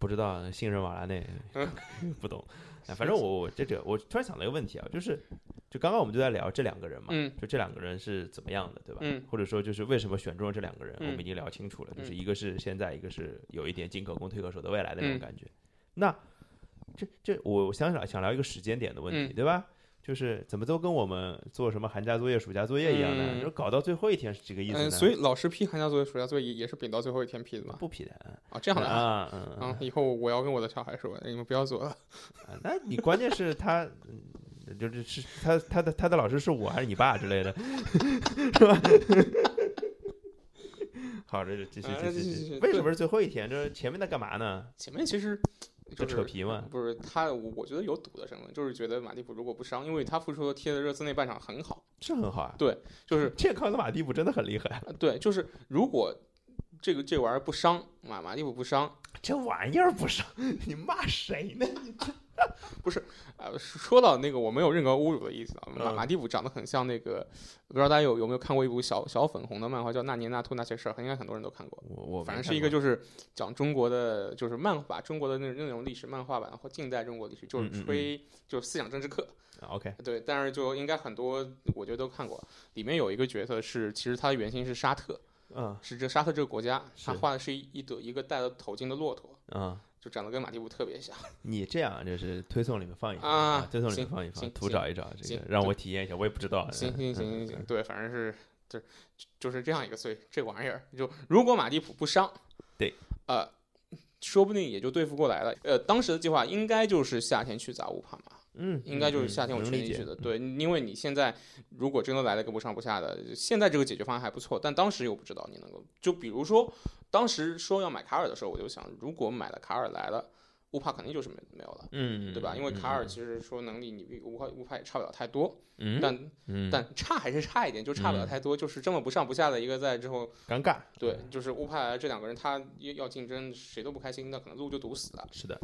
B: 不知道信任瓦拉内， 不懂。哎反正我我这这，我突然想到一个问题啊，就是就刚刚我们就在聊这两个人嘛，
A: 嗯
B: 就这两个人是怎么样的，对吧？
A: 嗯
B: 或者说就是为什么选中了这两个人，
A: 嗯
B: 我们已经聊清楚了，就是
A: 嗯
B: 一个是现在，一个是有一点进可攻退可守的未来的那种
A: 嗯
B: 感觉。那这这，我我想想想聊一个时间点的问题，
A: 嗯
B: 对吧？就是怎么都跟我们做什么寒假作业、暑假作业一样呢？
A: 嗯
B: 就搞到最后一天是这个意思呢？
A: 嗯，所以老师批寒假作业、暑假作业也也是秉到最后一天批的嘛。
B: 不批的啊
A: 啊，这样的啊，
B: 啊，嗯嗯
A: 啊，以后我要跟我的小孩说，哎你们不要做了。
B: 啊，那你关键是他，嗯就是是他他的他的老师是我还是你爸之类的，是吧？ 好，这就继续
A: 啊
B: 继续
A: 继续
B: 继
A: 继
B: 续
A: 续。
B: 为什么是最后一天？这前面在干嘛呢？
A: 前面其实
B: 就
A: 就
B: 扯
A: 是嗯
B: 皮嘛。
A: 不是他，我我觉得有赌的成分，就是觉得马蒂普如果不伤，因为他复出踢的热刺那半场很好，
B: 这很好啊。
A: 就是
B: 健康的马蒂普真的很厉害，啊
A: 呃对，就是如果这个这玩意儿不伤马马利普不伤，
B: 这玩意儿不是 你骂谁呢？
A: 呃，说到那个我没有任何侮辱的意思啊，马
B: 嗯
A: 马蒂普长得很像那个，不知道大家有有没有看过一部小小粉红的漫画叫《那年那兔那些事儿》，应该很多人都看过。
B: 我我
A: 反正是一个
B: 就
A: 就是讲中国的，就是漫画，中国的那那种历史漫画版或近代中国历史，就
B: 嗯嗯
A: 是
B: 嗯
A: 吹就是思想政治课，
B: OK，
A: 对，但是就应该很多我觉得都看过。里面有一个角色是，其实他的原型是沙特，
B: 嗯
A: 是这沙特这个国家，他
B: 是
A: 画的是一一朵一个戴了头巾的骆驼，
B: 嗯，
A: 就长得跟马蒂普特别像。
B: 你这样就是推送里面放一放
A: 啊
B: 推送里面
A: 行
B: 放一放，
A: 行
B: 图
A: 行
B: 找一找这
A: 行
B: 个，让我体验一下，我也不知道。
A: 行
B: 嗯
A: 行行行行，对，反正是就是就是这样一个所以这玩意儿就如果马蒂普不伤，
B: 对，
A: 呃，说不定也就对付过来了。呃，当时的计划应该就是夏天去砸乌帕嘛，
B: 嗯，
A: 应该就是
B: 嗯
A: 夏天我
B: 能
A: 全
B: 理
A: 力
B: 解
A: 去的。对，因为你现在如果真的来了个不上不下的，现在这个解决方案还不错，但当时又不知道你能够，就比如说当时说要买卡尔的时候，我就想，如果买了卡尔来了，乌帕肯定就是没没有了。
B: 嗯，
A: 对吧？因为
B: 嗯
A: 卡尔，其实说能力你比乌帕乌帕也差不了太多，
B: 嗯，
A: 但
B: 嗯
A: 但差还是差一点，就差不了
B: 嗯
A: 太多，就是这么不上不下的一个在之后，
B: 尴尬，
A: 对，就是乌帕这两个人他要要竞争，谁都不开心，那可能路就堵死了。
B: 是的，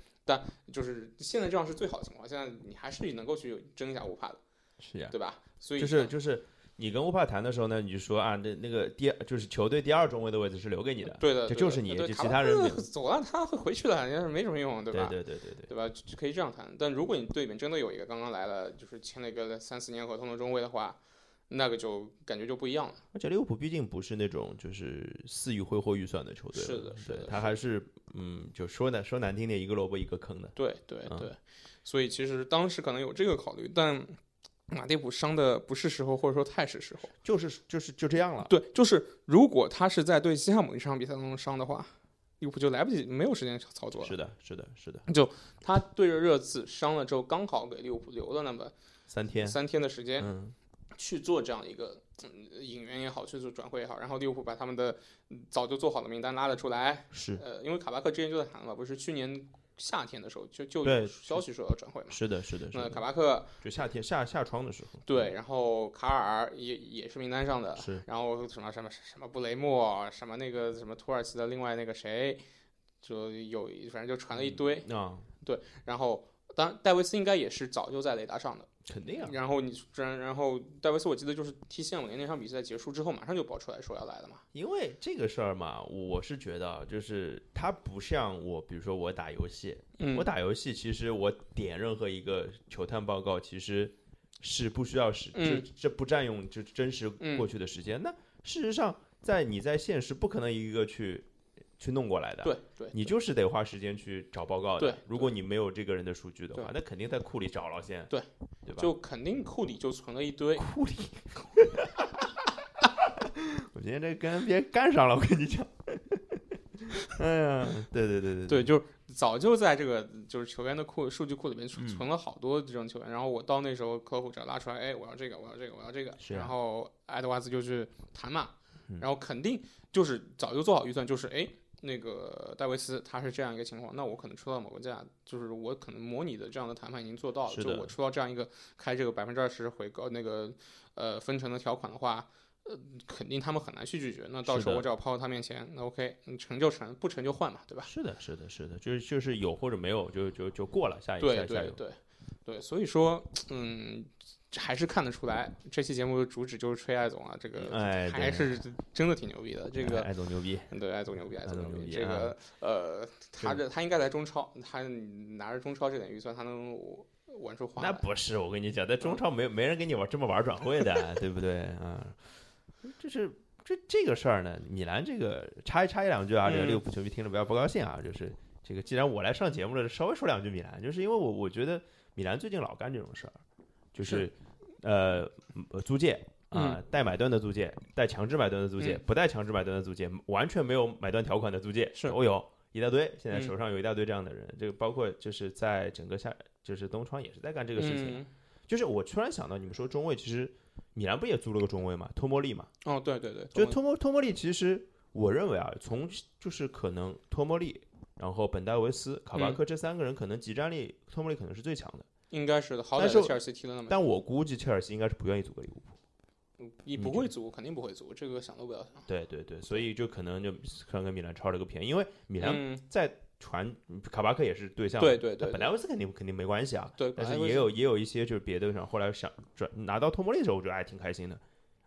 A: 就是现在这样是最好的情况，现在你还是能够去争一下乌帕的，
B: 是呀，
A: 对吧？所以
B: 啊就是就是你跟乌帕谈的时候呢，你就说啊，那那个第二就是球队第二中卫的位置是留给你的，
A: 对的，
B: 这
A: 对
B: 就
A: 的
B: 是你
A: 对
B: 就
A: 卡
B: 其
A: 瓦
B: 他人
A: 赫
B: 没有
A: 走了，他会回去的，也是没什么用，对
B: 对
A: 吧？
B: 对对对对，
A: 对吧？就就可以这样谈。但如果你队里面真的有一个刚刚来了，就是签了一个三四年合同的中卫的话，那个就感觉就不一样了。
B: 而且利物浦毕竟不是那种就是肆意挥霍预算的球队嘛，
A: 是的是
B: 对
A: 的
B: 他还是嗯，就说难说难听点，一个萝卜一个坑的，
A: 对对
B: 嗯
A: 对，所以其实当时可能有这个考虑，但马蒂普伤的不是时候，或者说太是时候。
B: 就是就是就这样了，
A: 对，就是如果他是在对西汉姆那场比赛当中伤的话，利物浦就来不及，没有时间操作了。
B: 是的，是的，是的，
A: 他对着热刺伤了之后，刚好给利物浦留了那么
B: 三天，
A: 三天的时间
B: 嗯，
A: 去做这样一个嗯引援也好，去做转会也好，然后利物浦把他们的嗯早就做好的名单拉了出来。
B: 是
A: 呃，因为卡巴克之前就在谈嘛，不是去年夏天的时候就就有
B: 对
A: 消息说要转会嘛。
B: 是的，是的，是
A: 那
B: 的，
A: 卡巴克
B: 就夏天下下窗的时候，
A: 对，然后卡尔也也是名单上的，
B: 嗯是
A: 然后什么什么什么布雷默，什么那个什么土耳其的另外那个谁，就有反正就传了一堆。
B: 啊，
A: 然后当然戴维斯应该也是早就在雷达上的。
B: 肯定啊，
A: 然后你然然后戴维斯我记得就是踢西汉姆联那场比赛结束之后，马上就爆出来说要来了嘛。
B: 因为这个事儿嘛，我是觉得啊就是它不像我，比如说我打游戏，
A: 嗯
B: 我打游戏其实我点任何一个球探报告，其实是不需要时，这
A: 嗯
B: 这不占用就真实
A: 嗯
B: 过去的时间。那事实上，在你在现实不可能一个个去去弄过来的，
A: 对对，
B: 你就是得花时间去找报告的。
A: 对
B: 如果你没有这个人的数据的话
A: 对，
B: 那肯定在库里找了先，
A: 对
B: 对吧？
A: 就肯定库里就存了一堆。
B: 库里。我今天这跟 NBA 干上了，我跟你讲。 哎呀，对对对对
A: 对，就是早就在这个就是球员的库数据库里面存
B: 嗯
A: 存了好多这种球员，然后我到那时候客户只要拉出来，哎，我要这个，我要这个，我要这个，
B: 是啊
A: 然后埃德华兹就去谈嘛，
B: 嗯
A: 然后肯定就是早就做好预算，就是哎。那个戴维斯他是这样一个情况，那我可能出到某个价，就是我可能模拟的这样的谈判已经做到了，
B: 是
A: 就
B: 的
A: 我出到这样一个开这个百分之二十回购那个呃分成的条款的话，呃，肯定他们很难去拒绝。那到
B: 是
A: 时候
B: 的
A: 我只要抛到他面前，那 OK，你成就成，不成就换嘛，对吧？
B: 是的，是的，是的，就是就是有或者没有，就就就过了，下一
A: 对
B: 下下
A: 对
B: 一个。
A: 对对，所以说，嗯，还是看得出来，这期节目的主旨就是吹艾总啊，这个
B: 哎，
A: 还
B: 对
A: 是真的挺牛逼的。这
B: 哎
A: 个
B: 艾总牛逼，
A: 对艾总牛逼，艾
B: 艾
A: 总
B: 总
A: 牛
B: 牛
A: 逼。
B: 逼啊
A: 这个呃，他这他应该来中超，他拿着中超这点预算，他能玩出花
B: 那
A: 来。
B: 不是我跟你讲，在
A: 嗯
B: 中超没没人跟你玩这么玩转会的， 对不对啊？就是这这个事儿呢，米兰这个插一插一两句啊，这个
A: 嗯
B: 利物浦球迷听着不要不高兴啊，就是这个既然我来上节目了，稍微说两句米兰，就是因为我我觉得米兰最近老干这种事儿，就是呃呃租借。啊，带买断的租借，带强制买断的租借，
A: 嗯
B: 不带强制买断的租借，完全没有买断条款的租借，
A: 是
B: 都有一大堆。现在
A: 嗯
B: 手上有一大堆这样的人，这个包括就是在整个下，就是东窗也是在干这个事情。
A: 嗯，
B: 就是我突然想到，你们说中卫，其实米兰不也租了个中卫嘛，托莫利嘛？
A: 哦，对对对，
B: 就
A: 懂
B: 托莫托莫利，其实我认为啊，从就是可能托莫利，然后本戴维斯、卡
A: 嗯
B: 巴克这三个人，可能集战力托莫利可能是最强的，
A: 应该是的。好
B: 但
A: 歹
B: 是
A: 在
B: 我
A: 切尔西踢了那么久，
B: 但我估计切尔西应该是不愿意租给利物浦。
A: 你
B: 你
A: 不
B: 觉
A: 会
B: 得
A: 足，肯定不会足，这个想都不要想。
B: 对对对，所以就可能就可能跟米兰抄了个便宜，因为米兰
A: 嗯，
B: 在传卡巴克也是对象嘛，
A: 对对对
B: 那本
A: 对
B: 戴维斯肯定肯定没关系啊，
A: 对，本
B: 但
A: 来
B: 是
A: 会
B: 也有也有一些就是别的想后来想转拿到托莫利的时候，我觉得还挺开心的，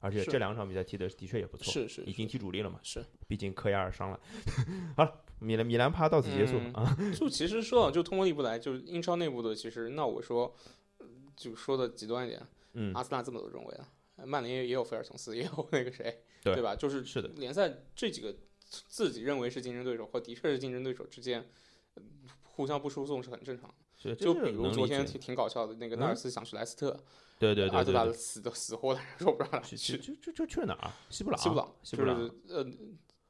B: 而且
A: 是
B: 这两场比赛踢的的确也不错，
A: 是是
B: 已经踢主力了嘛，
A: 是。
B: 毕竟科亚尔伤了。 好了，米兰米兰趴到此结束、
A: 嗯
B: 啊。
A: 就其实说到就通过利不来，就是英超内部的，其实那我说，嗯就说的极端一点，
B: 嗯，
A: 阿森纳这么多中卫啊，曼联也也有菲尔琼斯，也有那个谁，
B: 对
A: 吧？就是
B: 是的
A: 联赛这几个自己认为是竞争对手或的确是竞争对手之间。嗯互相不输送是很正常的，
B: 是
A: 就
B: 这个
A: 比如
B: 能
A: 昨
B: 理
A: 天
B: 解嗯
A: 挺挺搞笑的，那个纳尔斯想去莱斯特，
B: 对对
A: 阿特
B: 对对
A: 达
B: 对，
A: 死都死活的说不让他
B: 去去
A: 去，
B: 就就就去了哪儿啊？西布朗，
A: 西布朗
B: 西
A: 就
B: 布朗
A: 是呃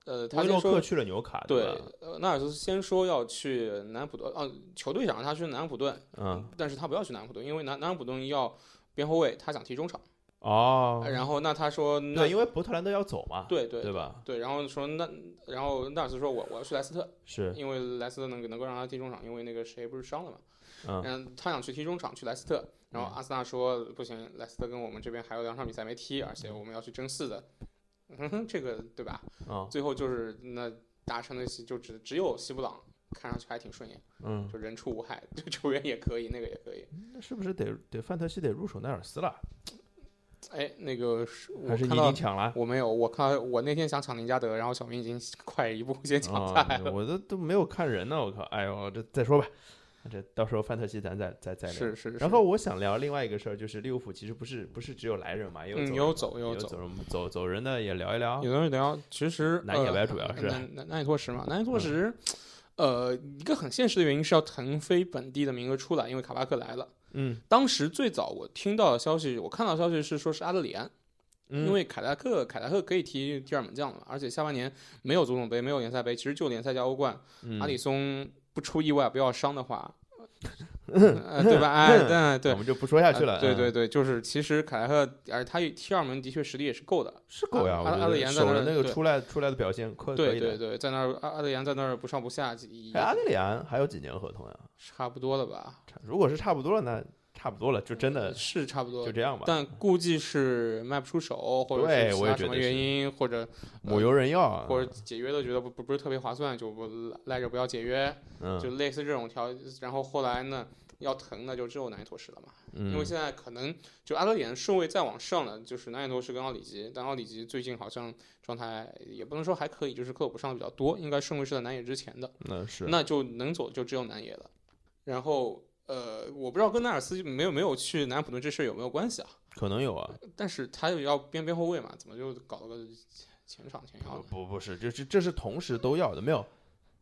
A: 呃，他
B: 维
A: 先
B: 洛
A: 说
B: 克去了纽卡，
A: 对
B: 吧，
A: 呃，纳尔斯先说要去南普顿，哦、球队想让他去南普顿，
B: 嗯，
A: 但是他不要去南普顿，因为南南普顿要边后卫，他想踢中场。
B: 哦，
A: 然后那他说那
B: 对，因为伯特兰德要走嘛，
A: 对对
B: 对吧？
A: 对然后说那然后纳尔斯说我我要去莱斯特，
B: 是，
A: 因为莱斯特能能够让他踢中场，因为那个谁不是伤了嘛，
B: 嗯，
A: 嗯，他想去踢中场去莱斯特。然后阿森纳说不行，莱斯特跟我们这边还有两场比赛没踢，而且我们要去争四的，嗯哼，这个对吧？
B: 嗯
A: 最后就是那达成的就只只有西布朗看上去还挺顺眼。
B: 嗯，
A: 就 人畜无害，这球员也可以，那个也可以。
B: 那是不是得得范特西得入手奈尔斯了？
A: 哎，那个是我
B: 还是你
A: 看
B: 已
A: 到
B: 经抢了？
A: 我没有，我看到我那天想抢林加德，然后小明已经 快一步先抢下来
B: 啊，
A: 了。
B: 我都都没有看人呢，我靠！哎呦，这再说吧，这到时候范特西咱再再再聊。
A: 是是是，
B: 然后我想聊另外一个事儿，就是利物浦其实不是不是只有来人嘛，也有
A: 嗯
B: 走人
A: 有
B: 嘛
A: 走
B: 也
A: 有
B: 有
A: 走
B: 人走走人的也聊一聊
A: 有。的人聊，其实
B: 南野
A: 呃
B: 白主要是嗯
A: 南南南野拓实嘛，南野拓实，呃，一个很现实的原因是要腾飞本地的名额出来，因为卡巴克来了。
B: 嗯，
A: 当时最早我听到的消息，我看到的消息是说是阿德里安，
B: 嗯
A: 因为凯达克凯达克可以踢第二门将了嘛，而且下半年没有足总杯，没有联赛杯，其实就联赛加欧冠，
B: 嗯
A: 阿里松不出意外不要伤的 话，呃、对吧？哎，但对
B: 我。们就不说下去了。
A: 呃对对
B: 嗯，
A: 对，就是其实凯达克，而他 T 二门的确实力也是够的，
B: 是狗呀，
A: 阿
B: 我觉
A: 阿德里
B: 得
A: 安在
B: 守
A: 那
B: 了
A: 儿
B: 那个
A: 对
B: 出来出来的表现，可可
A: 对
B: 以
A: 对
B: 的。
A: 对，在那儿阿阿德扬在那儿不上不下，也
B: 哎，阿德里安还有几年合同呀？
A: 差不多了吧？
B: 差如果是差不多了，那差不多了，就真的
A: 是差不多
B: 呃就，这样吧。
A: 嗯但估计是卖不出手，或者
B: 对
A: 是其
B: 我也
A: 他
B: 觉
A: 什么
B: 得是嗯
A: 原因，或者
B: 母由人要啊，
A: 或者解约都觉得不不不是特别划算，就不赖着不要解约，
B: 嗯
A: 就类似这种条。然后后来呢，要疼那就只有南野拓实了嘛，因为
B: 嗯
A: 现在可能就阿德里安顺位再往上了，就是南野拓实跟奥里吉，但奥里吉最近好像状态也不能说还可以，就是克洛普上的比较多，应该顺位是在南野之前的。
B: 那是
A: 那就能走就只有南野了。然后呃，我不知道跟纳尔斯没有没有去南安普顿这事儿有没有关系啊？
B: 可能有啊，
A: 但是他又要边边后卫嘛，怎么就搞了个前场前腰呢？
B: 不不是，这是这是同时都要的，没有。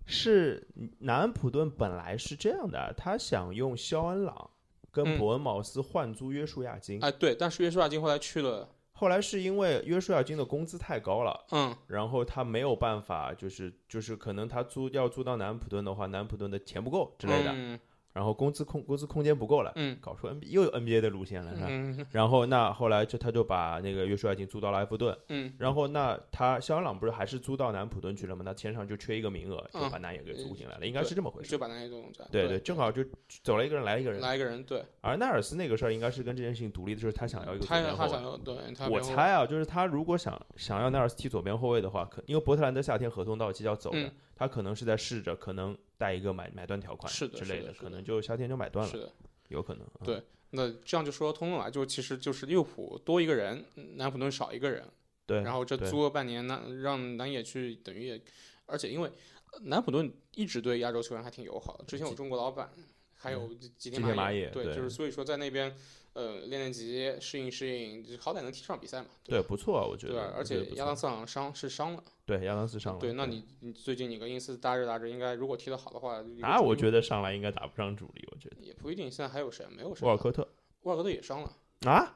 B: 是嗯南安普顿本来是这样的，啊他想用肖恩朗跟
A: 嗯
B: 伯恩茅斯换租约束亚金，
A: 哎，对，但是约书亚金后来去了，
B: 后来是因为约束亚金的工资太高了，
A: 嗯，
B: 然后他没有办法，就是就是可能他租要租到南安普顿的话，南安普顿的钱不够之类的，
A: 嗯
B: 然后工资空工资空间不够了，
A: 嗯
B: 搞出 NBA 又有 NBA 的路线了，是吧？
A: 嗯
B: 然后那后来就他就把那个约束亚金租到了埃弗顿，
A: 嗯，
B: 然后那他肖恩朗不是还是租到南普顿去了吗？那天上就缺一个名额，就
A: 嗯
B: 把南野给租进来了，应该是这么回事。
A: 就把南野都弄在，
B: 对对，正好就走了一个人，来一个人。
A: 来一个人，对，
B: 而奈尔斯那个事儿应该是跟这件事情独立的，就是他想要一个左
A: 他
B: 边
A: 他
B: 后
A: 想
B: 卫。
A: 要，对他
B: 我
A: 边后卫
B: 猜啊，就是他如果想想要奈尔斯踢左边后卫的话，可因为伯特兰德夏天合同到期要走的，
A: 嗯
B: 他可能是在试着可能带一个买买断条款
A: 是的
B: 之
A: 是
B: 类
A: 的是的
B: 可能就夏天就买断
A: 是
B: 了，
A: 的。
B: 有可能。嗯
A: 对那这样就说通了嘛，就其实就是利物浦多一个人，嗯南安普顿少一个人，
B: 对，
A: 然后这
B: 对
A: 租了半年，那让南野去等于也，而且因为呃南普顿一直对亚洲球员还挺友好的，之前有中国老板，还有吉
B: 嗯吉田麻
A: 麻
B: 也
A: 对，
B: 对
A: 就是所以说在那边呃练练级，适应适应，就好歹能踢上比赛嘛，
B: 对
A: 对吧
B: 不错啊，我觉
A: 对吧
B: 得。？
A: 而
B: 我觉得
A: 且
B: 不
A: 亚
B: 错
A: 当斯好像伤是伤了，
B: 对亚当斯上了，
A: 对，那你你最近你跟因斯搭着搭着，应该如果踢得好的话，
B: 啊，我
A: 得
B: 觉得上来应该打不上主力，我觉得。
A: 也不一定。现在还有谁？没有谁
B: 沃
A: 了，
B: 尔科特
A: 沃尔克队也伤了，
B: 啊，
A: 对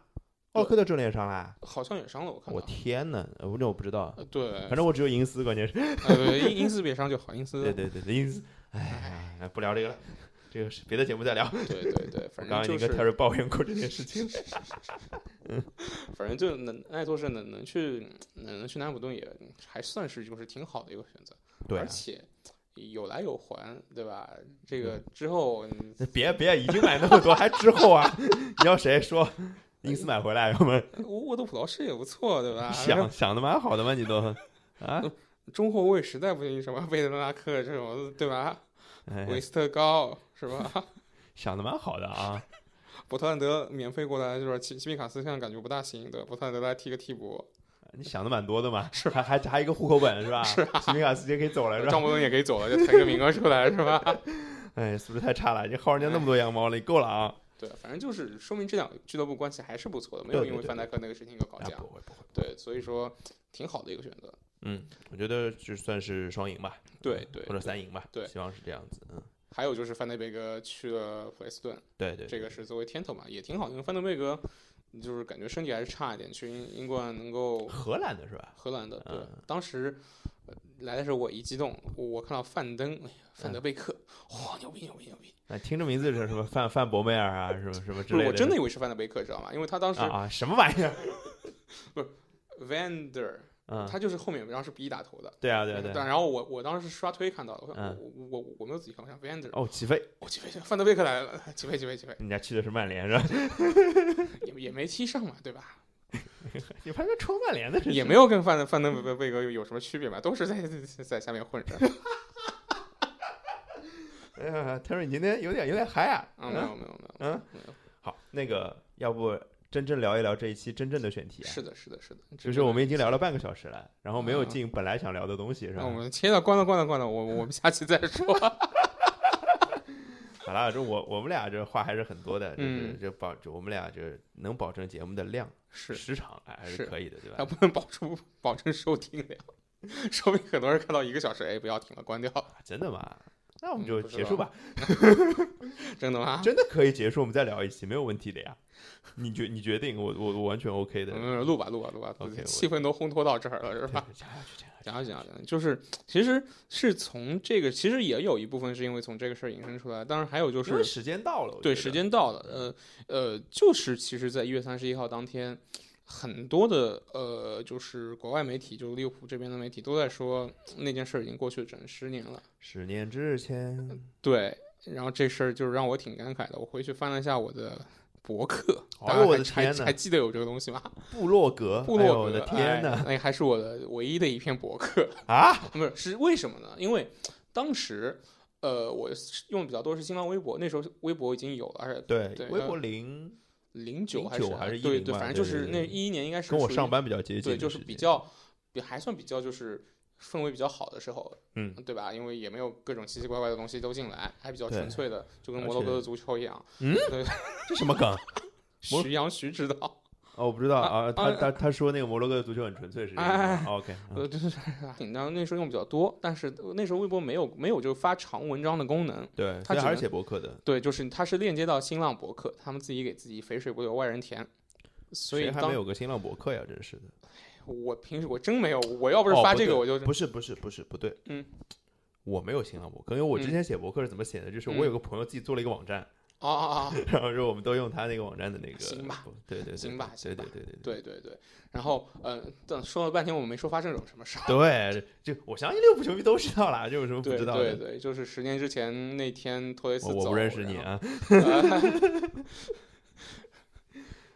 B: 沃尔科特正脸上啦！
A: 好像也伤了，我看
B: 我
A: 到。
B: 天呐，呃我那我不知道，
A: 呃对，
B: 反正我只有银丝，关键是。
A: 呃，因因斯别伤就好，因斯
B: 对对对对，银丝，哎呀，不聊这个了，这个是别的节目再聊。
A: 对对对，
B: 我
A: 反正
B: 刚刚已经
A: 就
B: 跟
A: 是
B: Terry 抱怨过这件 事情了。
A: 反正就能爱多是能能去能能去南普顿也还算是就是挺好的一个选择，
B: 对啊
A: 而，且有来有还，对吧？这个之后嗯
B: 别别，已经买那么多，还之后啊？你要谁说银丝买回来？我们
A: 沃沃德普劳斯也不错，对吧？
B: 想想的蛮好的嘛，你都 啊，
A: 中后卫实在不行，什么贝德纳克这种，对吧？
B: 哎
A: 韦斯特高是吧？
B: 想的蛮好的啊。
A: 伯特兰德免费过来就是奇奇米卡斯，现在感觉不大行，对吧，伯特兰德来踢个替补，
B: 你想的蛮多的嘛， 是还还还一个户口本是吧？是啊，米卡斯杰可以走了是吧
A: 张？伯伦也可以走了，就腾个名额出来是吧？
B: 哎，素质太差了，你薅人家那么多羊毛了，你够了啊！
A: 对，反正就是说明这两个俱乐部关系还是不错的，没有
B: 对对
A: 因为
B: 对
A: 范戴克那个事情搞
B: 啊
A: 架。
B: 不会不会，
A: 对，所以说挺好的一个选择。
B: 嗯，我觉得就算是双赢吧，
A: 对对
B: 或，者三赢吧，
A: 对
B: 希望是这样子，嗯，
A: 还有就是范戴贝格去了普雷斯顿，
B: 对对，
A: 这个是作为 E 天头嘛，也挺好，因为范戴贝格就是感觉身体还是差一点，去英英冠能够
B: 荷兰的是吧？
A: 荷兰的。对，
B: 嗯
A: 当时呃来的时候我一激动，我我看到范登、哎呀范德
B: 嗯
A: 贝克，哇、牛逼牛逼牛逼！
B: 哎，听这名字是什么范范博梅尔啊，什么什么之
A: 不
B: 类
A: 是，我真
B: 的
A: 的以为是范德贝克，知道吗？因为他当时
B: 啊啊什么玩意儿？
A: Vander，、
B: 嗯，
A: 他就是后面然后是 B 打头的。
B: 对啊对啊对啊，
A: 但然后我我当时是刷推看到的，我
B: 嗯
A: 看我我我我没有仔细看，我想 Vander，
B: 哦，起飞，
A: 我起飞起飞，范德贝克来了， 起飞起飞起飞，
B: 人家去的是曼联是吧？
A: 也也没踢上嘛，对吧？
B: 你还没戳曼联的 这是
A: 也没有跟范范德贝贝格有有什么区别嘛，都是在在在下面混着。
B: 哎呀，Terry，你今天有点有点嗨啊，
A: 啊，没有没有没有，
B: 嗯，好，那个要不真正聊一聊这一期真正的选题啊？
A: 是的，是的，是的，
B: 就是我们已经聊了半个小时了，然后没有
A: 嗯
B: 进本来想聊的东西，是
A: 那
B: 吧
A: 我？们切了，关了，关了，关了，我我们下期再 说。
B: 好啦，这我我们俩这话还是很多的，就是
A: 嗯
B: 这保就我们俩这能保证节目的量
A: 是，
B: 时长哎还是
A: 是
B: 可以的，对
A: 还
B: 吧？
A: 不能保住 保证收听量，说明很多人看到一个小时，哎，不要停了，关掉了。
B: 真的吗？那我们
A: 嗯
B: 就
A: 不知
B: 结束
A: 道
B: 吧，
A: 真的吗？
B: 真的可以结束，我们再聊一期，没有问题的呀。你决你决定，我我我完全 OK 的。
A: 嗯，录吧，录吧，录吧
B: OK，我
A: 气氛都烘托到这儿了，是吧？
B: 对，讲下去，讲 下去。
A: 讲讲讲讲，就是其实是从这个，其实也有一部分是因为从这个事儿引申出来，当然还有就
B: 因为
A: 是
B: 时间到了，我
A: 对
B: 觉得
A: 时间到了，呃呃，就是其实，在一月三十一号当天，很多的呃，就是国外媒体，就是利物浦这边的媒体都在说那件事儿已经过去整十年了，
B: 十年之前，
A: 对，然后这事儿就是让我挺感慨的，我回去翻了一下我的。博客，
B: 哎
A: 大家
B: 呦我
A: 还
B: 的
A: 还
B: 天呐
A: 还记得有这个东西吗？
B: 部落 格，
A: 部
B: 哎
A: 落
B: 呦
A: 格，
B: 我的天
A: 哎
B: 哪！
A: 那还是我的唯一的一篇博客。
B: 啊，
A: 不是，是为什么呢？因为当时，呃，我是用的比较多是新浪微博，那时候微博已经有了，而且
B: 对
A: 对，
B: 微
A: 呃
B: 博零
A: 零九
B: 09
A: 还是
B: 还是
A: 对
B: 10
A: 对，
B: 吧
A: 反正
B: 对
A: 就
B: 对
A: 是
B: 对
A: 那
B: 对
A: 一年应该是
B: 跟我
A: 属于
B: 上班比较接近，
A: 对，就是比，较比还算比较就是氛围比较好的时候，
B: 嗯，
A: 对吧？因为也没有各种奇奇怪怪的东西都进来，还比较
B: 对
A: 纯粹的，就跟
B: 而
A: 摩洛哥
B: 且
A: 的足球一样。
B: 这什 么梗？摩
A: 徐阳徐指导，
B: 哦，我不知道
A: 啊
B: 啊，他
A: 啊
B: 他他说那个摩洛哥的足球很纯粹是这个
A: 哎哎
B: 意思吗，OK，嗯
A: 呃，就是 紧张，那时候用比较多，但是那时候微博没有没有就发长文章的功能，
B: 对，
A: 他
B: 现在
A: 只
B: 还
A: 能
B: 是写博客的，
A: 对，就是它是链接到新浪博客，他们自己给自己肥水不流外人田。所以
B: 谁还没
A: 当
B: 有个新浪博客呀？真是的，
A: 我平时我真没有，我要不是
B: 哦
A: 发
B: 不
A: 这个
B: 对
A: 我就是、
B: 不是不是不是不对，
A: 嗯，
B: 我没有新浪博客，因为我之
A: 嗯
B: 前写博客是怎么写的？就是
A: 嗯
B: 我有个朋友自己做了一个网站，
A: 啊啊啊！
B: 然后说我们都用他那个网站的那个，
A: 行吧，
B: 对对对，
A: 行吧
B: 对
A: 行吧
B: 对对对对。
A: 对对对，然后呃，等说了半天我没说发生什么事儿。
B: 对，这我相信利物浦球迷都知道啦，这有什么不
A: 对
B: 知道
A: 对
B: 的？
A: 对，就是十年之前那天托雷斯
B: 我
A: 走，
B: 我不认识
A: 然
B: 你
A: 后
B: 啊。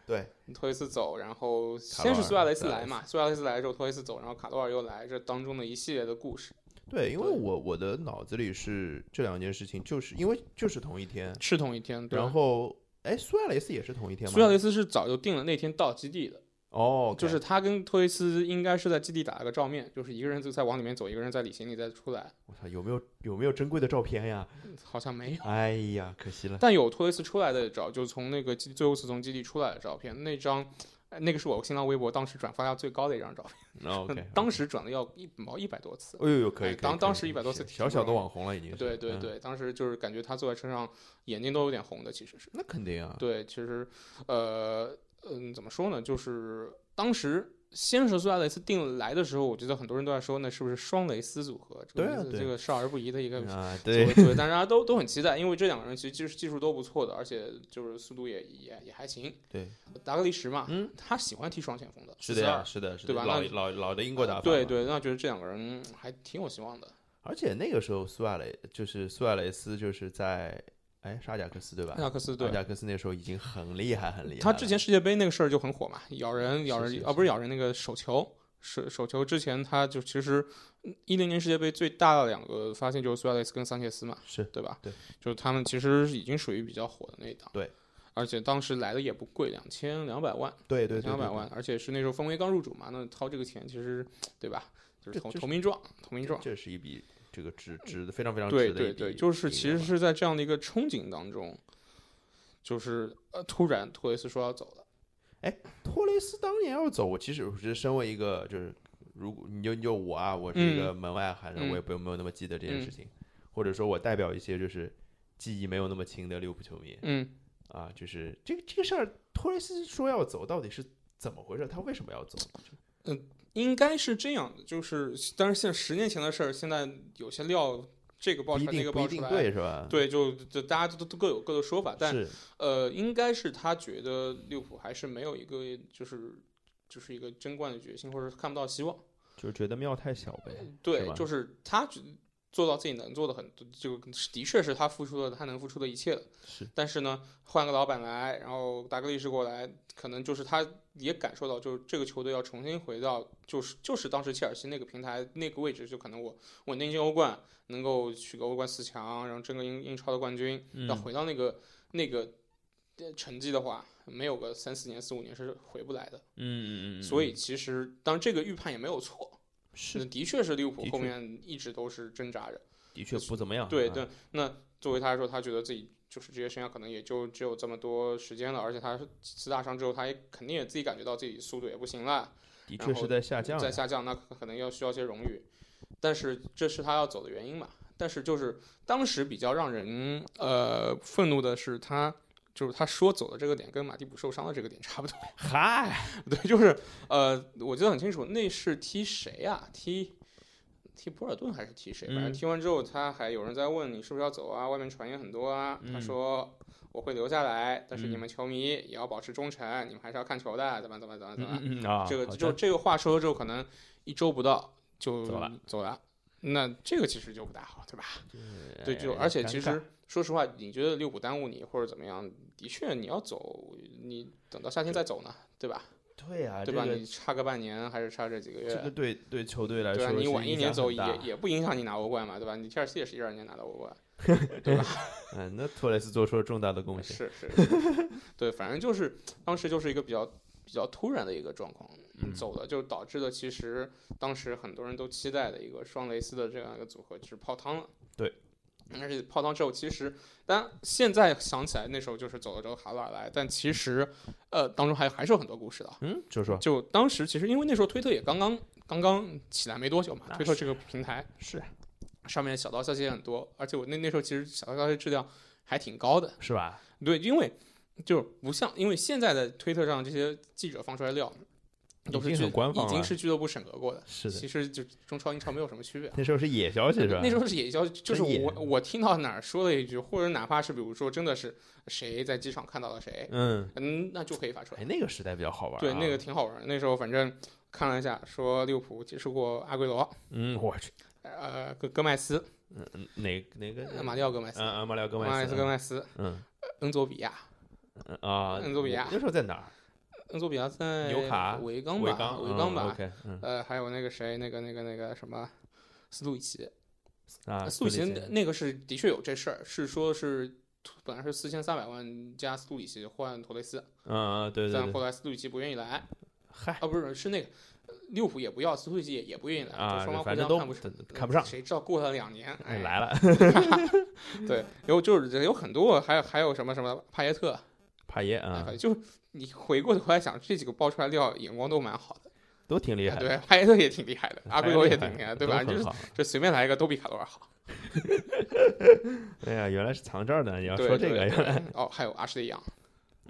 B: 对，
A: 托雷斯走，然后
B: 卡
A: 先
B: 罗
A: 是
B: 尔
A: 苏亚雷斯
B: 再来
A: 来
B: 一
A: 嘛，苏亚雷斯来之后托雷斯走，然后卡罗尔又来，这当中的一系列的故事
B: 对，因为
A: 对
B: 我我的脑子里是这两件事情，就是因为就是同一天，
A: 是同一天，对。
B: 然后哎，苏亚雷斯也是同一天吗？
A: 苏亚雷斯是早就定了那天到基地的，
B: 哦，
A: 就是他跟托雷斯应该是在基地打了个照面，就是一个人就在往里面走，一个人在理行李再出来，
B: 我操，有没有有没有珍贵的照片呀？
A: 好像没有。
B: 哎呀，可惜了。
A: 但有托雷斯出来的照，就是从那个基最后一次从基地出来的照片，那张，呃那个是我新浪微博当时转发量最高的一张照片，
B: 那 OK，
A: 当时转了要一毛一百多次。
B: 哎呦呦，可以，
A: 哎
B: 可以
A: 当
B: 可以
A: 当
B: 可
A: 时
B: 以
A: 100多
B: 是
A: 次挺
B: 小
A: 不
B: 小的
A: 容易
B: 网红了已经是。
A: 对对
B: 嗯，
A: 对，当时就是感觉他坐在车上，眼睛都有点红的，其实是。
B: 那肯定啊。
A: 对，其实，呃，嗯，怎么说呢？就是当时先是苏亚雷斯定来的时候，我觉得很多人都在说，那是不是双雷斯组合？这个
B: 对啊
A: 名字
B: 对
A: 这个少儿不宜的一个
B: 啊，
A: 对
B: 对，
A: 对，但大家都都很期待，因为这两个人其实技术技术都不错的，而且就是速度也也也还行。呃
B: 对，
A: 达格利什嘛，
B: 嗯，
A: 他喜欢踢双前锋的，
B: 是的
A: 42
B: 呀，是的，是的，
A: 对吧
B: 老
A: 那
B: 老老的英国打法嘛。
A: 对对，那觉得这两个人还挺有希望的。
B: 而且那个时候苏亚雷就是苏亚雷斯就是在哎沙贾克斯对吧？啊
A: 纳克斯对
B: 沙，贾克斯那时候已经很厉害很厉害了。
A: 他之前世界杯那个事儿就很火嘛，咬人咬人
B: 是是
A: 啊，不是咬人那个手球。手手球之前，他就其实一零年世界杯最大的两个发现就是苏亚雷斯跟桑切斯嘛，
B: 是
A: 对吧？
B: 对，
A: 就是他们其实已经属于比较火的那一档。
B: 对，
A: 而且当时来的也不贵，两千两百万。
B: 对对对
A: 两百
B: 对
A: 万，而且是那时候分威刚入主嘛，那掏这个钱其实对吧？就是
B: 这
A: 投
B: 这是
A: 投名状，投
B: 对
A: 名状。
B: 这是一笔这个值值的非常非常
A: 嗯对
B: 值的一
A: 对
B: 笔
A: 对，就是
B: 一个
A: 其实是在这样的一个憧憬当中，就是呃突然托雷斯说要走了，
B: 托雷斯当年要走，我其实我觉得身为一个就是如果你就你就我啊，我是一个门外汉，
A: 嗯
B: 我也不用没有那么记得这件事情，或者说我代表一些就是记忆没有那么清的利物浦球迷
A: 嗯，
B: 啊，就是这个这个事儿，托雷斯说要走到底是怎么回事？他为什么要走？
A: 应该是这样的，就是但是现在十年前的事儿，现在有些料这个爆
B: 不一
A: 出来那
B: 定
A: 个
B: 不一
A: 爆出
B: 定
A: 来，
B: 对是吧？
A: 对，就就大家都都各有各的说法，但
B: 是
A: 呃，应该是他觉得利物浦还是没有一个就是就是一个争冠的决心，或者是看不到希望。
B: 就是觉得庙太小呗。
A: 对
B: 吧，
A: 就是他只做到自己能做的很，就的确是他付出了他能付出的一切了。
B: 是，
A: 但是呢，换个老板来，然后达格利什过来，可能就是他也感受到，就是这个球队要重新回到，就是就是当时切尔西那个平台那个位置，就可能我稳定进欧冠，能够取个欧冠四强，然后争个英英超的冠军，
B: 嗯
A: 要回到那个那个呃成绩的话，没有个三四年、四五年是回不来的。
B: 嗯嗯
A: 所以其实当然这个预判也没有错。
B: 是
A: 那的确是利物浦
B: 的
A: 后
B: 确
A: 面一直都是挣扎着。
B: 的确不怎么样。
A: 对
B: 啊，
A: 对，那作为他来说，他觉得自己就是职业生涯可能也就只有这么多时间了，而且他四大伤之后，他也肯定也自己感觉到自己速度也不行了，
B: 的
A: 然
B: 确
A: 后
B: 是在下降呀。
A: 在下降，那可可能要需要一些荣誉。但是这是他要走的原因嘛？但是就是当时比较让人呃愤怒的是他。就是他说走的这个点跟马蒂普受伤的这个点差不多，
B: 嗨，
A: 对，就是呃，我记得很清楚，那是踢谁啊？踢踢博尔顿还是踢谁？反正
B: 嗯
A: 踢完之后，他还有人在问你是不是要走啊？外面传言很多啊。他
B: 嗯
A: 说我会留下来，但是你
B: 嗯
A: 们球迷也要保持忠诚，你们还是要看球的，怎么怎么怎么怎么。
B: 嗯嗯 啊，
A: 这个
B: 好
A: 就
B: 的
A: 这个话说了之后，可能一周不到就
B: 走了
A: 走了。那这个其实就不大好，对吧？对，就
B: 哎
A: 而且
B: 尴
A: 其
B: 尬
A: 实说实话，你觉得利物浦耽误你或者怎么样？的确，你要走，你等到夏天再走呢，对吧？
B: 对啊，
A: 对
B: 这
A: 吧？
B: 个
A: 你差个半年还是差这几个月？
B: 这个对对球队来
A: 呃对
B: 说
A: 啊，
B: 是影响很
A: 你晚
B: 大，
A: 一年走也也不影响你拿欧冠嘛，对吧？你切尔西也是一二年拿到欧冠，
B: 嗯，那托雷斯做出了重大的贡献。
A: 是是，是 对，反正就是当时就是一个比较比较突然的一个状况
B: 嗯
A: 走的，就导致的其实当时很多人都期待的一个双雷斯的这样一个组合就是泡汤了。嗯
B: 对。
A: 而且泡汤之后，其实，但现在想起来，那时候就是走了之后还乱来，但其实，呃，当中还还是有很多故事的。
B: 嗯，就说
A: 就当时其实因为那时候推特也刚刚刚刚起来没多久嘛，
B: 那
A: 推特这个平台，
B: 是
A: 上面小道消息也很多，而且我那那时候其实小道消息质量还挺高的。
B: 是吧？
A: 对，因为就不像，因为现在的推特上这些记者放出来料都是
B: 已经
A: 俱
B: 很官方
A: 已经
B: 了
A: 是俱乐部审核过的，
B: 是的，
A: 其实就中超、英超没有什么区别。
B: 那时候是野消息是吧？
A: 那时候是也消，就是
B: 真野
A: 我我听到哪儿说了一句，或者哪怕是比如说真的是谁在机场看到了谁，
B: 嗯，
A: 嗯，那就可以发出来
B: 哎，。那个时代比较好玩、啊。
A: 对，那个挺好玩儿。那时候反正看了一下，说利物浦接触过阿圭罗，
B: 嗯，我去，
A: 呃，戈戈麦斯，
B: 嗯哪哪个？
A: 呃马里奥戈麦斯，
B: 嗯嗯，马里奥戈
A: 马
B: 麦
A: 里
B: 斯
A: 斯。戈麦斯，
B: 嗯
A: 恩佐比亚，
B: 嗯啊，
A: 恩佐比亚
B: 那时候在哪儿？
A: 恩佐比亚在
B: 纽卡
A: 维冈
B: 维
A: 吧，
B: 冈，
A: 维冈
B: 嗯
A: 吧，
B: OK，嗯
A: 呃，还有那个谁，那个那个那个什么。斯图里奇，
B: 啊，
A: 斯图里奇
B: 斯
A: 那那个是的确有这事儿，是说是本来是四千三百万加斯图里奇换托雷斯，
B: 嗯嗯，对对
A: 但
B: 对，
A: 后来斯图里奇不愿意来，
B: 嗨
A: 啊，不是是那个呃利物浦也不要，斯图里奇也也不愿意来，就
B: 啊
A: 双，方互
B: 反正
A: 相
B: 都
A: 看不上，
B: 看不上，
A: 谁知道过了两年，哎，
B: 哎来了，
A: 对，有就是有很多，还有还有什么什么帕耶特，
B: 帕耶
A: 哎
B: 啊，
A: 就你回过头来想，这几个爆出来料眼光都蛮好的，哎
B: 都挺厉害哎的，
A: 啊对，帕耶特也挺厉害的，阿圭罗也
B: 也
A: 挺厉害的，对吧？
B: 就
A: 就是就随便来一个都比卡罗尔好。
B: 哎呀，原来是藏这儿的，你要
A: 对
B: 啊说这个
A: 对
B: 原来
A: 对哦，还有阿什利杨，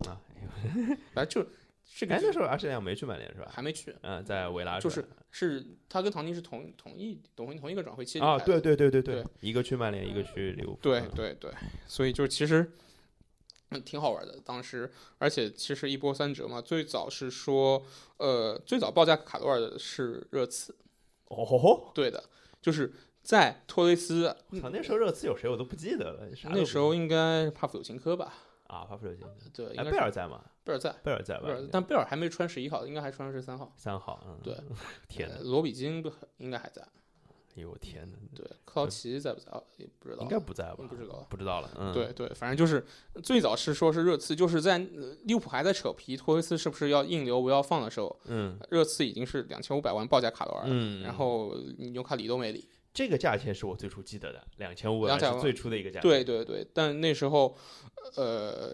B: 啊，哎呦
A: 反 正就这个
B: 哎，
A: 就
B: 那时候阿什利亚没去曼联是吧？
A: 还没去，
B: 嗯，在维拉
A: 就是是他跟唐尼是同同一同同一个转会期
B: 啊，
A: 离开的
B: 对对对对
A: 对，
B: 一个去曼联，一个去利物浦。
A: 对
B: 嗯
A: 对对，所以就其实嗯挺好玩的。当时，而且其实一波三折嘛。最早是说，呃，最早报价卡罗尔的是热刺，
B: 哦吼吼，
A: 对的，就是在托雷斯
B: 我操，那时候热刺有谁我都不记得了，啥都
A: 嗯那
B: 不
A: 时候
B: 记
A: 应该帕夫柳琴科吧？
B: 得啊，帕弗柳琴，
A: 对，应该
B: 哎，贝
A: 是
B: 尔在吗？
A: 贝尔在，
B: 贝尔在吧
A: 贝？尔，但贝尔还没穿十一号，应该还穿十三号。
B: 三号，嗯，
A: 对，
B: 天哪
A: 呃，罗比金不应该还在，
B: 哎呦我天哪，
A: 对，克劳奇在不在也不知道，
B: 应该不在吧
A: 嗯？不知道。
B: 不知道了，嗯，
A: 对对，反正就是最早是说是热刺，就是在呃利物浦还在扯皮，托雷斯是不是要硬留不要放的时候，
B: 嗯
A: 热刺已经是两千五百万报价卡罗尔了，
B: 嗯，
A: 然后纽卡里都没理。
B: 这个价钱是我最初记得的，两千五百
A: 2500
B: 是最初的一个价钱，
A: 对对对，但那时候，呃，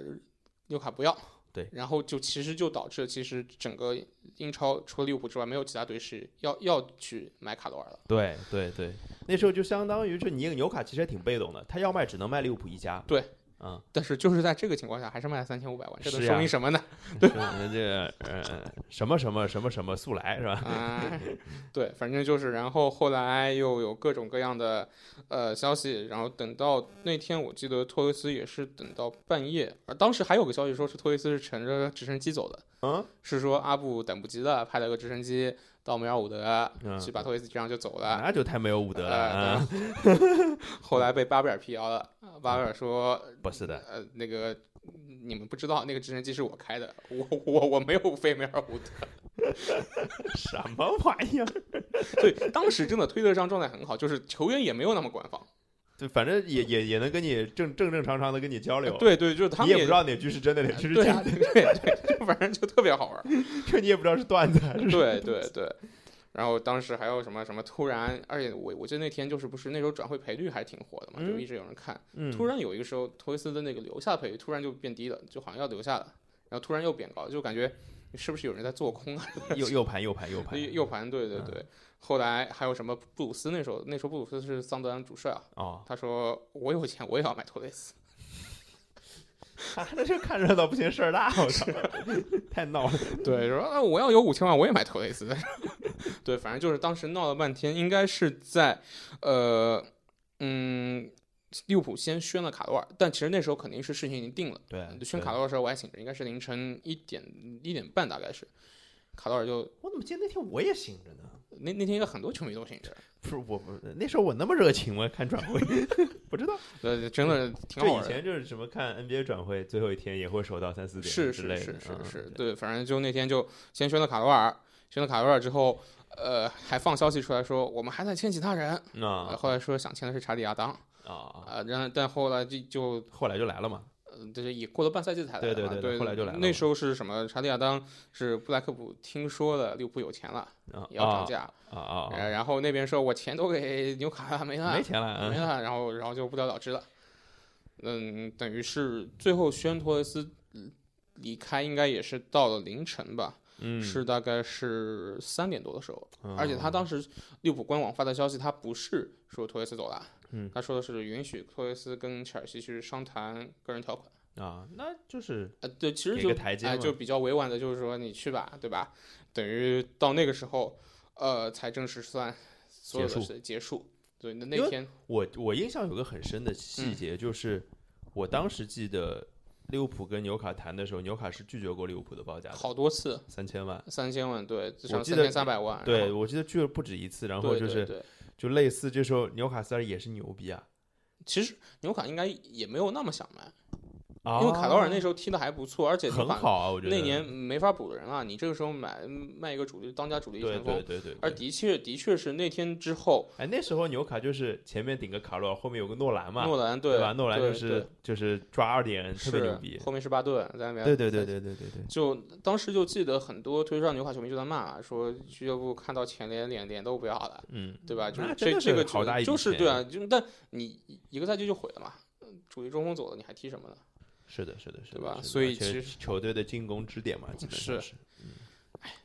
A: 纽卡不要。
B: 对
A: 然后就其实就导致，其实整个英超除了利物浦之外，没有其他队是要要去买卡罗尔了。
B: 对对对，那时候就相当于就你一个纽卡其实也挺被动的，他要卖只能卖利物浦一家，
A: 对，
B: 嗯，
A: 但是就是在这个情况下，还是卖了三千五百万，这能
B: 是啊
A: 说
B: 呀
A: 明什么呢？
B: 对，这呃什么什么什么什么速来是吧？
A: 啊， 对，反正就是，然后后来又有各种各样的呃消息，然后等到那天，我记得托雷斯也是等到半夜，而当时还有个消息说是托雷斯是乘着直升机走的，
B: 嗯
A: 是说阿布等不及了，派了个直升机到梅尔伍德
B: 嗯，
A: 去把托雷斯这样就走了。
B: 那就太没有武德了
A: 呃
B: 啊！
A: 后来被巴贝尔辟谣了，
B: 嗯
A: 巴贝尔说，
B: 不是的，
A: 呃，那个你们不知道，那个直升机是我开的，我我我没有飞梅尔伍德。
B: 什么玩意儿？
A: 对，当时真的推特上状态很好，就是球员也没有那么官方。
B: 就反正也也也能跟你正正正常常的跟你交流，，
A: 呃对对，就是他
B: 你
A: 们
B: 也不知道哪句是真的，哪句是
A: 对
B: 假
A: 啊
B: 的，
A: 对对，就反正就特别好玩儿。
B: 这 你也不知道是段子还 是
A: 对对对。然后当时还有什么什么突然，而且我我记得那天就是不是那时候转会赔率还挺火的嘛，就
B: 嗯
A: 一直有人看。
B: 嗯
A: 突然有一个时候，托雷斯的那个留下赔率突然就变低了，就好像要留下了，然后突然又变高，就感觉是不是有人在做空啊？
B: 右右盘右盘 右盘
A: 右右盘，嗯对对对。后来还有什么布鲁斯那时候，那时候布鲁斯是桑德兰主帅啊，
B: 哦，
A: 他说我有钱我也要买托雷斯，
B: 他那就看热闹不嫌事儿大，我操， 太闹 了。
A: 对，说啊我要有五千万我也买托雷斯， 对，反正就是当时闹了半天，应该是在呃嗯。利物浦先宣了卡罗尔，但其实那时候肯定是事情已经定了。
B: 对
A: 嗯，宣
B: 对
A: 卡罗尔的时候我还醒着，应该是凌晨一点一点半，大概是。卡罗尔就
B: 我怎么记得那天我也醒着呢？
A: 那那天应该很多球迷都醒着，
B: 不是我不是那时候我那么热情吗？看转会 不知道，
A: 呃，真的挺
B: 就
A: 好
B: 以
A: 玩的。
B: 前就是什么看 NBA 转会最后一天也会守到三四点
A: 是
B: 之
A: 是
B: 类
A: 是
B: 的
A: 是
B: 嗯
A: 是，
B: 对
A: 对，反正就那天就先宣了卡罗尔，宣了卡罗尔之后，呃，还放消息出来说我们还在签其他人，
B: 那
A: 呃
B: 啊
A: 后来说想签的是查理亚当，
B: 啊，
A: 啊，然后但后来就就
B: 后来就来了嘛，
A: 呃，就是也过了半赛季才来的
B: 对
A: 嘛。
B: 对
A: 对
B: 对对后来就来了
A: 那时候是什么？查理亚当是布莱克普听说了利物浦有钱了，
B: 啊
A: 也要涨价，
B: 啊啊
A: 呃然后那边说我钱都给纽卡了，没
B: 啊，
A: 了，
B: 没钱了，
A: 没
B: 嗯
A: 了，然后然后就不了了之了。嗯，等于是最后宣托雷斯嗯离开，应该也是到了凌晨吧，
B: 嗯，
A: 是大概是三点多的时候。
B: 嗯，
A: 而且他当时利物浦官网发的消息，他不是说托雷斯走了，
B: 嗯
A: 他说的是允许托雷斯跟切尔西去商谈个人条款。
B: 啊，那就是
A: 呃，对，其实
B: 给
A: 就
B: 个台阶
A: 哎
B: 嘛
A: 就比较委婉的，就是说你去吧，对吧？等于到那个时候，呃，才正式算所有
B: 结
A: 的
B: 束
A: 事结束。对，那
B: 因
A: 那
B: 为
A: 天
B: 我我印象有个很深的
A: 嗯
B: 细节，就是我当时记得利物浦跟纽卡谈的时候，纽卡是拒绝过利物浦的报价的，
A: 好多次
B: 三千万。
A: 三千万，对，至
B: 我
A: 少
B: 记
A: 三
B: 得
A: 千三百万。啊然
B: 对，
A: 后，
B: 我记得拒了不止一次，然后
A: 对
B: 就
A: 对
B: 是
A: 对，
B: 就类似这时候纽卡斯尔也是牛逼啊，
A: 其实纽卡应该也没有那么想买，
B: 啊
A: 因为卡罗尔那时候踢的还不错，而且纽
B: 很
A: 卡
B: 好啊，我觉得
A: 那年没法补人啊了，你这个时候买卖一个主力当家主力
B: 对
A: 前
B: 对
A: 锋，
B: 对对，
A: 而
B: 对
A: 的确的确是那天之后，
B: 哎那时候纽卡就是前面顶个卡罗尔，后面有个诺兰嘛，
A: 诺兰
B: 对吧？诺兰就
A: 对对
B: 是就是抓二点特别
A: 是
B: 牛逼，
A: 后面是巴顿在那边，
B: 对对对对对对对，
A: 就当时就记得很多推上纽卡球迷就在骂，啊说俱乐部看到钱连脸脸都不要了，
B: 嗯，
A: 对吧？就
B: 那真
A: 这
B: 的
A: 这个
B: 是好
A: 就
B: 大一笔
A: 就是
B: 钱
A: 对啊，就但你一个赛季就毁了嘛，主力中锋走了，你还踢什么呢？
B: 是的是的是的，
A: 对吧
B: 是的
A: 所以
B: 而且
A: 其
B: 是球队的进攻支点嘛，基本上
A: 是
B: 是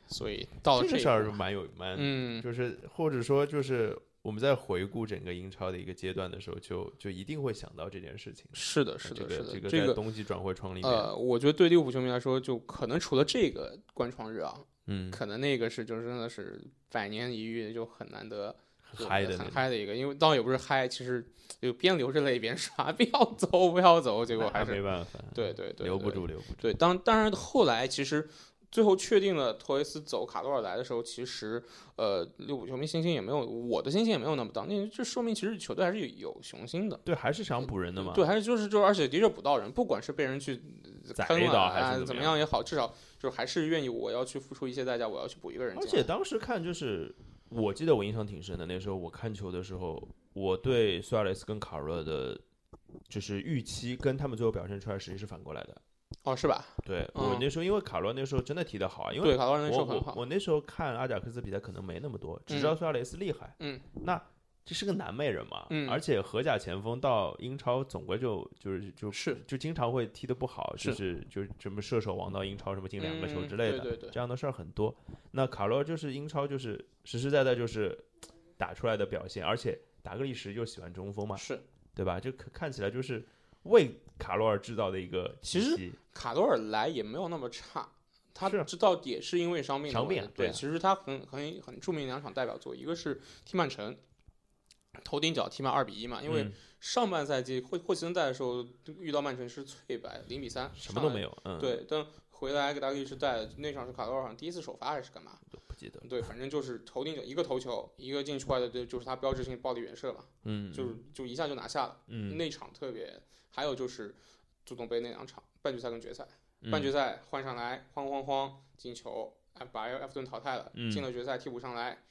A: 所以到了
B: 这
A: 这
B: 个
A: 一
B: 事儿
A: 步
B: 是蛮有蛮，
A: 嗯，
B: 就是或者说就是我们在回顾整个英超的一个阶段的时候，就就一定会想到这件事情。
A: 是的，是
B: 这
A: 的，
B: 个
A: 是的，
B: 个
A: 这
B: 在
A: 个。
B: 冬季转会窗里面，
A: 呃，我觉得对利物浦球迷来说，就可能除了这个关窗日啊，
B: 嗯，
A: 可能那个是就真的是百年一遇，就很难得
B: 很嗨的那
A: 很
B: 种。
A: 嗨的一个，因为当然也不是嗨，其实就边流着泪边刷， 不要走，不要走，结果
B: 那
A: 还
B: 没
A: 是
B: 办法，
A: 对对对，
B: 留不
A: 对。
B: 住，留不住。
A: 对，当当然后来其实最后确定了托雷斯走，卡罗尔来的时候，其实呃，利物浦球迷信心也没有，我的信心也没有那么大，那这说明其实球队还是有有雄心的。
B: 对，还是想补人的嘛。
A: 对，还是就是就是，而且的确补到人，不管是被人去呃
B: 宰
A: 坑
B: 一
A: 了
B: 刀还是
A: 啊
B: 怎么
A: 怎么
B: 样
A: 样也好，至少就是还是愿意我要去付出一些代价，我要去补一个人
B: 而
A: 进
B: 且
A: 来。
B: 当时看就是，我记得我印象挺深的。那时候我看球的时候，我对苏亚雷斯跟卡罗尔的，就是预期跟他们最后表现出来实际是反过来的。
A: 哦，是吧？
B: 对
A: 嗯
B: 我那时候，因为卡罗尔那时候真的踢得好啊，因为
A: 对，卡罗尔那时
B: 我
A: 候很
B: 我
A: 好。
B: 我那时候看阿贾克斯比赛可能没那么多，只
A: 嗯
B: 知道苏亚雷斯厉害。
A: 嗯，
B: 那这是个南美人嘛，
A: 嗯
B: 而且荷甲前锋到英超总归就就是就是就经常会踢得不好，
A: 是
B: 就是就是什么射手王到英超什么进两个球
A: 嗯
B: 之类的，
A: 对对对
B: 这样的事儿很多。那卡罗尔就是英超就是实实在在就是嘖打出来的表现，而且达格利什又喜欢中锋嘛，
A: 是
B: 对吧？就看看起来就是为卡罗尔制造的一个
A: 其实
B: 体系
A: 卡罗尔来也没有那么差，他
B: 是
A: 知道也是因为伤病的
B: 伤
A: 问
B: 病
A: 题
B: 对
A: 对，
B: 啊
A: 其实他很很很著名两场代表作，一个是踢曼城，头顶脚踢曼二比一嘛，因为
B: 嗯
A: 上半赛季霍霍奇森带的时候遇到曼城是脆白零比三，
B: 什么都没
A: 有。
B: 有，嗯，，
A: 对，但回来给达利是带那场是卡罗尔好像第一次首发还是干嘛？
B: 不记得了，
A: 对，反正就是头顶脚一个头球，一个进去外的，对，就是他标志性暴力远射嘛，
B: 嗯，
A: 就是就一下就拿下了。
B: 嗯
A: 那场特别，还有就是足总杯那两场半决赛跟决赛，
B: 嗯
A: 半决赛换上来慌慌慌进球，哎，把埃弗顿淘汰了，
B: 嗯
A: 进了决赛替补上来，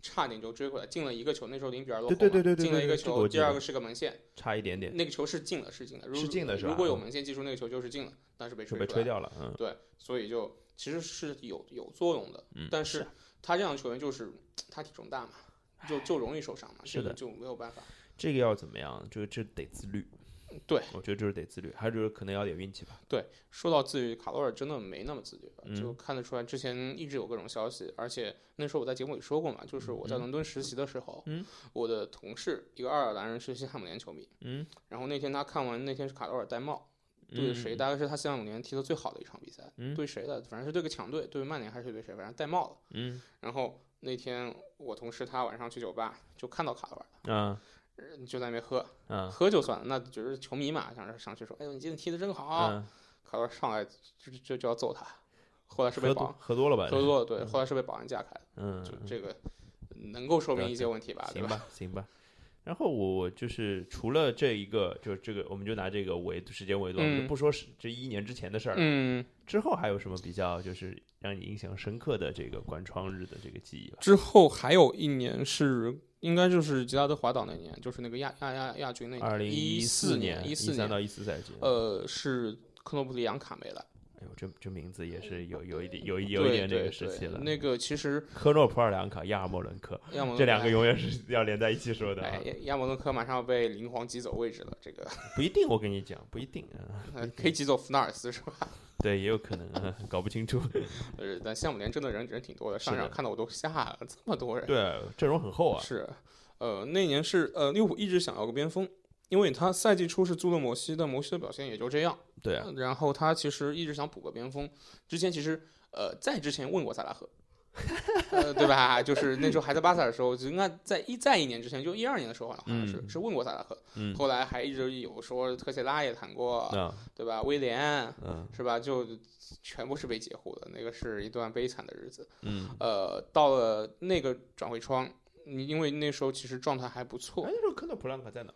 A: 差点就追回来，进了一个球，那时候零比二落后
B: 对
A: 嘛，
B: 对对对对
A: 进了
B: 对
A: 一个
B: 这个我
A: 球，
B: 记
A: 第二
B: 得
A: 个是个门线，
B: 差一点点
A: 那个球是进了，是进了，如
B: 是进了是吧
A: 如果有
B: 嗯
A: 门线技术，那个球就是进了，但是被
B: 就
A: 吹
B: 被
A: 出
B: 吹
A: 来了，
B: 掉了，嗯，
A: 对，所以就其实是有有作用的，
B: 嗯
A: 但
B: 是
A: 是他这样的球员就是他体重大嘛，就就容易受伤嘛，
B: 是
A: 这个
B: 的
A: 就没有办法。
B: 这个要怎么样？就这得自律，
A: 嗯对，
B: 我觉得就是得自律，还有就是可能要点运气吧。
A: 说到自律，卡罗尔真的没那么自律了，
B: 嗯
A: 就看得出来。之前一直有各种消息，而且那时候我在节目里说过嘛，就是我在伦敦实习的时候，
B: 嗯，
A: 我的同事一个爱尔兰人是西汉姆联球迷，
B: 嗯，
A: 然后那天他看完那天是卡罗尔戴帽，对谁？大概是他西汉姆联踢的最好的一场比赛，
B: 嗯
A: 对谁的？反正是对个强队，对曼联还是对谁？反正戴帽了。
B: 嗯
A: 然后那天我同事他晚上去酒吧就看到卡罗尔了
B: 啊
A: 呃，就在那边喝，
B: 啊
A: 喝就算了，那就是球迷嘛，想着上去说，哎呦你今天踢的真好，
B: 啊！
A: 卡罗尔上来就就就要揍他，后来是被
B: 喝
A: 保
B: 多喝多了吧？
A: 喝多了，对，后来是被保安架开的，
B: 嗯，
A: 就
B: 嗯
A: 这个能够说明一些问题吧，对
B: 行
A: 吧？
B: 吧，行吧。然后我我就是除了这一个，就是这个，我们就拿这个维度时间维度，我们就
A: 嗯
B: 不说是这一年之前的事儿了。
A: 嗯，
B: 之后还有什么比较就是让你印象深刻的这个关窗日的这个记忆吧？
A: 之后还有一年是。应该就是吉拉德滑倒那年，就是那个亚亚亚亚军那
B: 二零
A: 一
B: 四
A: 年，
B: 一
A: 一四
B: 三到一四赛季。
A: 呃，是克诺普里昂卡梅莱，
B: 哎呦，这这名字也是有有一点有一
A: 对
B: 有一点这
A: 对
B: 个时期
A: 对
B: 了。
A: 那个其实
B: 科诺普尔良卡、亚尔莫伦科，
A: 亚莫
B: 这两个
A: 有
B: 永远是要连在一起说的啊
A: 哎，，亚亚莫顿科马上要被林皇挤走位置了，这 个
B: 不一定。我跟你讲，不一定啊，
A: 呃可以挤走福纳尔斯是吧？
B: 对，也有可能啊，搞不清楚。
A: 呃，但项目联真的人人挺多的，上一
B: 是的
A: 场看到我都吓了，这么多人。
B: 对，阵容很厚啊。
A: 是，呃，那年是呃利物浦一直想要个边锋，因为他赛季初是租了摩西，但摩西的表现也就这样。
B: 对啊，
A: 然后他其实一直想补个边锋，之前其实呃在之前问过萨拉 赫，呃对吧？就是那时候还在巴萨的时候，就应该在一在一年之前，就一二年的时候好像是、
B: 嗯
A: 是问过萨拉赫，
B: 嗯
A: 后来还一直有说特谢拉也谈过，
B: 那
A: 对吧？威廉
B: 嗯
A: 是吧？就全部是被截胡的，那个是一段悲惨的日子。
B: 嗯，
A: 呃，到了那个转会窗，你因为那时候其实状态还不错嗯
B: 哎，，那时候科诺普尔良卡在哪儿？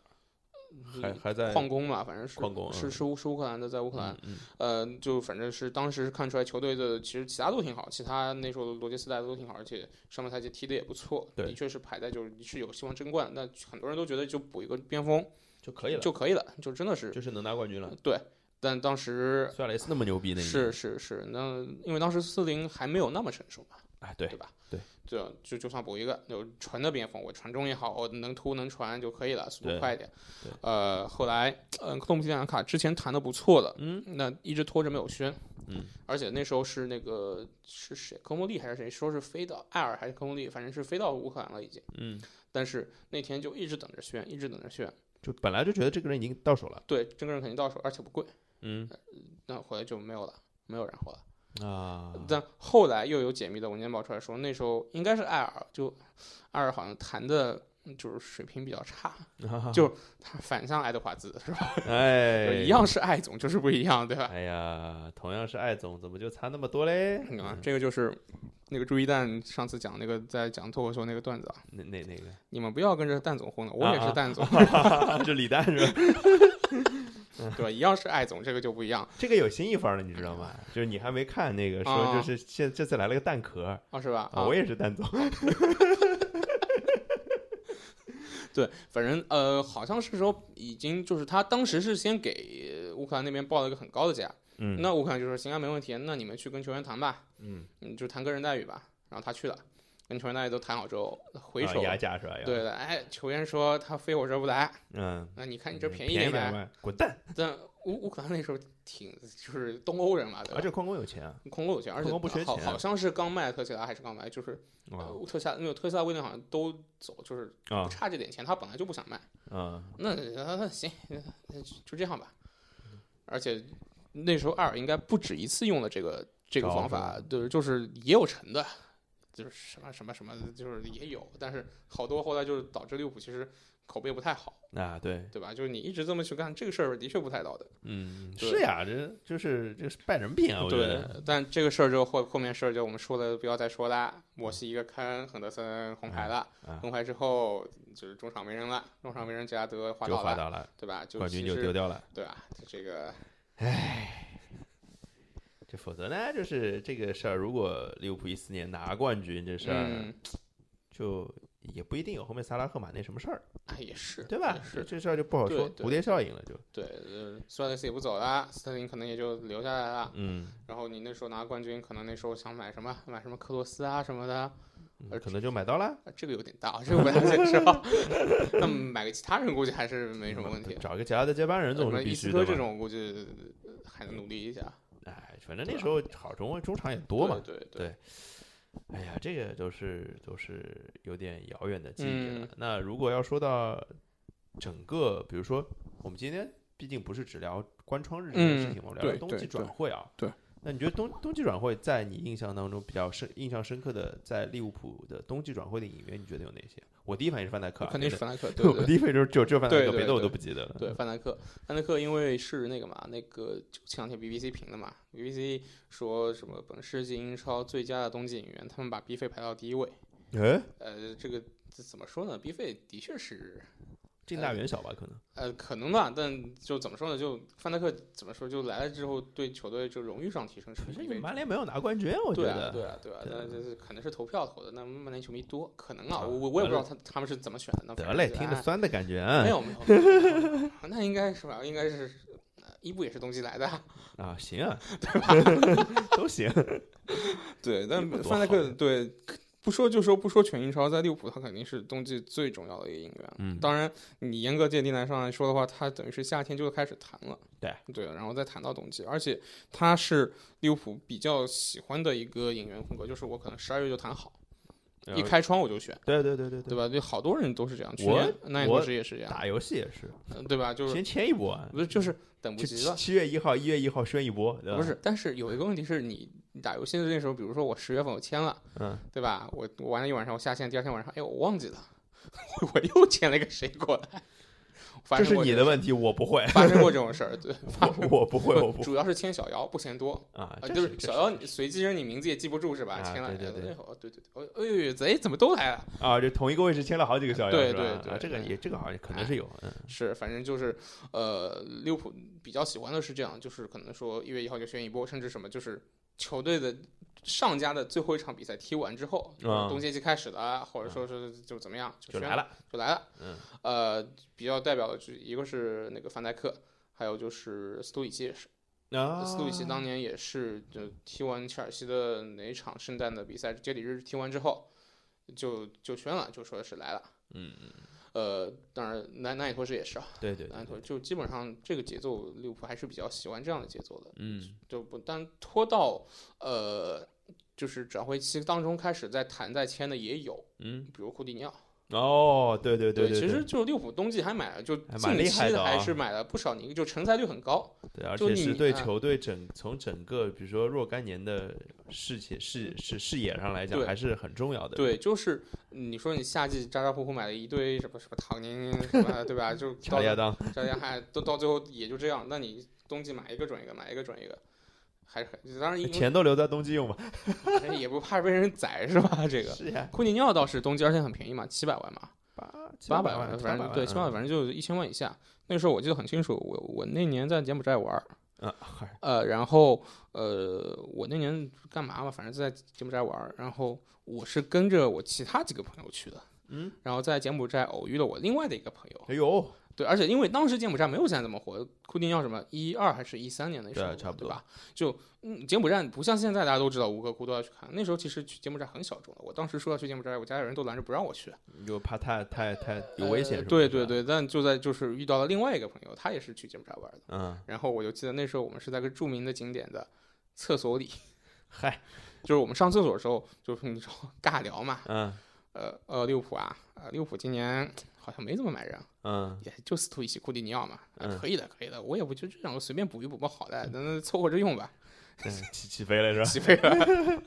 B: 还还在
A: 矿工嘛，反正是
B: 矿工
A: 是
B: 嗯
A: 是乌是乌克兰的，在乌克兰。
B: 嗯
A: 呃，就反正是当时看出来球队的其实其他都挺好，其他那时候罗杰斯带的都挺好，而且上半赛季踢的也不错，
B: 对
A: 的确是排在就是是有希望争冠。那很多人都觉得就补一个边锋
B: 就可以了，
A: 就可以了，就真的是
B: 就是能拿冠军了。
A: 对。但当时
B: 苏亚雷斯那么牛逼那一年
A: 是是是，那因为当时四零还没有那么成熟嘛，
B: 哎，对
A: 对吧？
B: 对，
A: 就就就算补一个，就传的边锋，我传中也好，我能突能传就可以了，速度
B: 对
A: 快一点
B: 对。
A: 呃，后来嗯，克隆皮兰卡之前谈的不错的，
B: 嗯，
A: 那一直拖着没有宣，
B: 嗯，
A: 而且那时候是那个是谁，科莫利还是谁，说是飞到艾尔还是科莫利，反正是飞到乌克兰了已经。
B: 嗯，
A: 但是那天就一直等着宣，一直等着宣，
B: 就本来就觉得这个人已经到手了，
A: 对，这个人肯定到手，而且不贵，呃
B: 嗯
A: 那回来就没有了，没有然后了。
B: 啊，
A: 但后来又有解密的文件爆出来说，那时候应该是艾尔，就艾尔好像谈的就是水平比较差， 就他反向爱德华兹是吧？
B: 哎
A: 就一，样是艾总，就是不一样，对吧？
B: 哎呀，同样是艾总，怎么就差那么多嘞？
A: 啊
B: 嗯，
A: 这个就是那个朱一蛋上次讲那个在讲脱口秀那个段子啊，
B: 哪哪哪个？
A: 你们不要跟着蛋总混了，我也
B: 啊
A: 是
B: 啊
A: 蛋 总，
B: 就李诞是吧？
A: 对吧？一样是艾总，这个就不一样
B: 这个有新一方了，你知道吗？就是你还没看那个，说
A: 啊
B: 就是现这次来了个蛋壳儿
A: 啊，是吧？
B: 啊，我也是蛋总，
A: 啊对，反正呃，好像是说已经就是他当时是先给乌克兰那边报了一个很高的价，
B: 嗯
A: 那乌克兰就说行啊，没问题，那你们去跟球员谈吧，
B: 嗯，
A: 嗯，就谈个人待遇吧。然后他去了，跟球员待遇都谈好之后，回
B: 啊
A: 首、
B: 压价是吧？要
A: 对，的，哎，球员说他非我这不来，
B: 嗯，
A: 那你看你这便
B: 宜
A: 宜点
B: 点
A: 呗。
B: 卖，滚蛋！
A: 但乌乌克兰那时候挺就是东欧人嘛，对
B: 而
A: 吧？
B: 且矿工有钱啊，
A: 空有钱，而且
B: 空空不缺
A: 好
B: 钱
A: 好像是刚卖特斯拉还是刚卖，就是、
B: 哇
A: 呃、特斯拉没有特斯拉、威廉好像都走，就是不
B: 啊
A: 差这点钱，他本来就不想卖。
B: 啊，
A: 那那那行，呃那就就这样吧。而且那时候艾尔应该不止一次用了这个这个
B: 高
A: 方
B: 是吧
A: 法，对，就是也有沉的，就是什么什么什么，就是也有，但是好多后来就是导致利物浦其实口碑不太好，
B: 啊对，
A: 对吧？就是你一直这么去干这个事儿，的确不太道德。
B: 嗯，
A: 对
B: 是呀，这就是这是败人品啊，我觉
A: 对
B: 得，，
A: 但这个事儿就后后面事儿就我们说的不要再说啦。摩西一个坑，亨德森红牌了，
B: 啊
A: 红牌之后就是中场没人了，中场没人，杰拉德滑
B: 就
A: 倒
B: 滑
A: 了，
B: 倒了，
A: 对吧？就
B: 冠
A: 其
B: 军就
A: 实
B: 丢掉了。
A: 对吧？这个
B: 这否则呢，就是这个事儿，如果利物浦一四年拿冠军这事儿
A: 嗯，
B: 就也不一定有后面萨拉赫马那什么事儿，
A: 哎，也是，
B: 对吧
A: 也？
B: 这
A: 是
B: 这事儿就不好
A: 对
B: 说，
A: 对
B: 蝴蝶效应了就。
A: 对，呃，苏亚雷斯也不走了，啊斯特林可能也就留下来了。
B: 嗯，
A: 然后你那时候拿冠军，可能那时候想买什么买什么克罗斯啊什么的，而
B: 嗯可能就买到了，
A: 啊这个有点大，这个不太现实 啊。那么买个其他人估计还是没什么问题。呃
B: 找一个其他的接班人
A: 什
B: 总
A: 么
B: 是必
A: 伊
B: 须
A: 斯科
B: 的
A: 这
B: 嘛。
A: 种估计呃还能努力一下，
B: 哎，反正那时候好中卫中场也多嘛。
A: 对对
B: 对哎呀，这个都是都是有点遥远的记忆
A: 嗯
B: 了。那如果要说到整个，比如说我们今天毕竟不是只聊关窗日这件事情嘛，我
A: 嗯
B: 们聊聊
A: 对
B: 冬
A: 对
B: 季转
A: 对
B: 会啊。
A: 对
B: 那你觉得冬冬季转会在你印象当中比较深、印象深刻的，在利物浦的冬季转会的引援，你觉得有哪些？我第一反应是范戴克啊，
A: 肯定是
B: 真的
A: 范戴克，对
B: 我
A: 对
B: 第一反应就是就就范戴
A: 对
B: 克，
A: 对
B: 别的我
A: 对
B: 都不记得了。
A: 对，范戴克，范戴克因为是那个嘛，那个就前两天 BBC 评的嘛，BBC 说什么本世纪英超最佳的冬季引援，他们把 B 费排到第一位。
B: 哎，
A: 呃，这个这怎么说呢？B 费的确是
B: 近大远小吧，可能。
A: 呃，可能吧，但就怎么说呢？就范戴克怎么说？就来了之后，对球队这个荣誉上提升是
B: 可是
A: 一
B: 你
A: 倍
B: 们。曼联没有拿冠军，我觉
A: 对啊，
B: 得。
A: 对啊，对啊，
B: 对啊
A: 那这是可能是投票投的，那曼联球迷多，可能啊，
B: 啊
A: 我我我也不知道
B: 得
A: 他他们是怎么选的。那
B: 得
A: 反
B: 嘞，
A: 正就
B: 听着
A: 哎
B: 酸的感觉啊
A: 没有没有，没 有那应该是吧？应该是呃伊布也是东西来的，
B: 啊，行啊，对吧？ 都行。
A: 对，但
B: 不多
A: 范戴
B: 好
A: 克
B: 呀
A: 对不说就说不说全英超，在利物浦他肯定是冬季最重要的一个引援。
B: 嗯
A: 当然你严格界定来上来说的话，他等于是夏天就开始谈了，
B: 对
A: 对，然后再谈到冬季，而且他是利物浦比较喜欢的一个引援风格，就是我可能十二月就谈好，
B: 呃
A: 一开窗我就选。
B: 对对对对
A: 对
B: 对，
A: 吧？就好多人都是这样，去
B: 我
A: 年那也
B: 我
A: 不是也是这样，
B: 打游戏也是，
A: 呃对吧？就是
B: 先签一波啊，
A: 不是就是等不
B: 就
A: 及
B: 七
A: 了，
B: 七月一号、一月一号宣一波，对吧？
A: 不，是。但是有一个问题是你你打游戏的那时候，比如说我十月份我签了，
B: 嗯，
A: 对吧？我我玩了一晚上，我下线，第二天晚上，哎，我忘记了， 我我又签了一个谁过来，发
B: 这
A: 生
B: 是
A: 过
B: 你
A: 这
B: 的
A: 种
B: 问题，我不会，
A: 发生过这种事儿，对，发生
B: 我我不会，我哦不
A: 主要是签小姚不签多。
B: 啊，
A: 啊，
B: 这
A: 就是
B: 这
A: 小姚，你随机人你名字也记不住是吧？
B: 啊
A: 签了，
B: 对对对
A: 哎哦对对对，哎呦，哎，怎么都来了？
B: 啊，就同一个位置签了好几个小妖，
A: 对
B: 是吧
A: 对
B: 啊
A: 对
B: 这个
A: 对哎
B: 也这个好像可能是有，嗯，
A: 是，反正就是，呃，利物浦比较喜欢的是这样，就是可能说一月一号就宣一波，甚至什么就是球队的上家的最后一场比赛踢完之后，就是
B: 嗯
A: 冬歇期开始了，啊或者说是就怎么样，就
B: 啊就
A: 宣
B: 来了，
A: 就来了。
B: 嗯，
A: 呃，比较代表的就一个是那个范戴克，还有就是斯图里奇也是，
B: 啊，
A: 斯图里奇当年也是就踢完切尔西的哪一场圣诞的比赛接里日踢完之后，就就宣了，就说是来了。
B: 嗯，嗯，
A: 呃，当然南南野拓实也是啊，
B: 对对，对
A: 南野拓实就基本上这个节奏，利物浦还是比较喜欢这样的节奏的，
B: 嗯，
A: 就不但拖到呃。就是转会期当中开始在谈在签的也有，
B: 嗯，
A: 比如库蒂尼奥，
B: 哦，对对对，
A: 其实就利物浦冬季还买了，就
B: 还蛮
A: 近
B: 厉
A: 期
B: 害的
A: 还
B: 啊
A: 是买了不少，你就成才率很高，
B: 对，而
A: 就
B: 且
A: 你
B: 是对
A: 哎
B: 球队整从整个比如说若干年的视野视视视野上来讲，
A: 对
B: 还是很重要的。
A: 对，就是你说你夏季咋咋呼呼买了一堆什么什么唐宁什么，对吧？就
B: 乔
A: 到
B: 利亚当，
A: 大家还都到最后也就这样，那你冬季买一个准一个，买一个准一个，还是很当然因为
B: 钱都留在冬季用吧。
A: 哎也不怕被人宰是吧？ 这个
B: 是呀，
A: 库蒂尼奥倒是冬季，而且很便宜嘛，七百万嘛，
B: 八七
A: 八
B: 百
A: 万，
B: 万，嗯
A: 反正对，七百万，反正就一千万以下。那时候我记得很清楚，我我那年在柬埔寨玩儿，
B: 嗯啊，嗨
A: 呃，然后呃，我那年干嘛嘛，反正在柬埔寨玩儿，然后我是跟着我其他几个朋友去的，
B: 嗯，
A: 然后在柬埔寨偶遇了我另外的一个朋友，
B: 哎呦，
A: 对，而且因为当时柬埔寨没有现在这么火，库定要什么一二还是一三年那时候，
B: 对差不多
A: 对吧？就嗯，柬埔寨不像现在大家都知道吴哥窟都要去看，那时候其实去柬埔寨很小众的，我当时说要去柬埔寨，我家里人都拦着不让我去，
B: 就怕太太太有危险
A: 呃
B: 是吧？
A: 对
B: 是
A: 对
B: 吧，
A: 对，但就在就是遇到了另外一个朋友，他也是去柬埔寨玩的。
B: 嗯，
A: 然后我就记得那时候我们是在个著名的景点的厕所里，
B: 嗨，
A: 就是我们上厕所的时候，就是你知道尬聊嘛，
B: 嗯
A: 呃呃，利物浦啊，呃，利物浦今年好像没怎么买人，
B: 嗯，
A: 也就斯图里奇、库蒂尼奥嘛，啊
B: 嗯
A: 可以的，可以的，我也不就这两个随便补一补吧，好的，那那凑合着用吧，
B: 嗯 起起飞了是吧？
A: 起飞 了，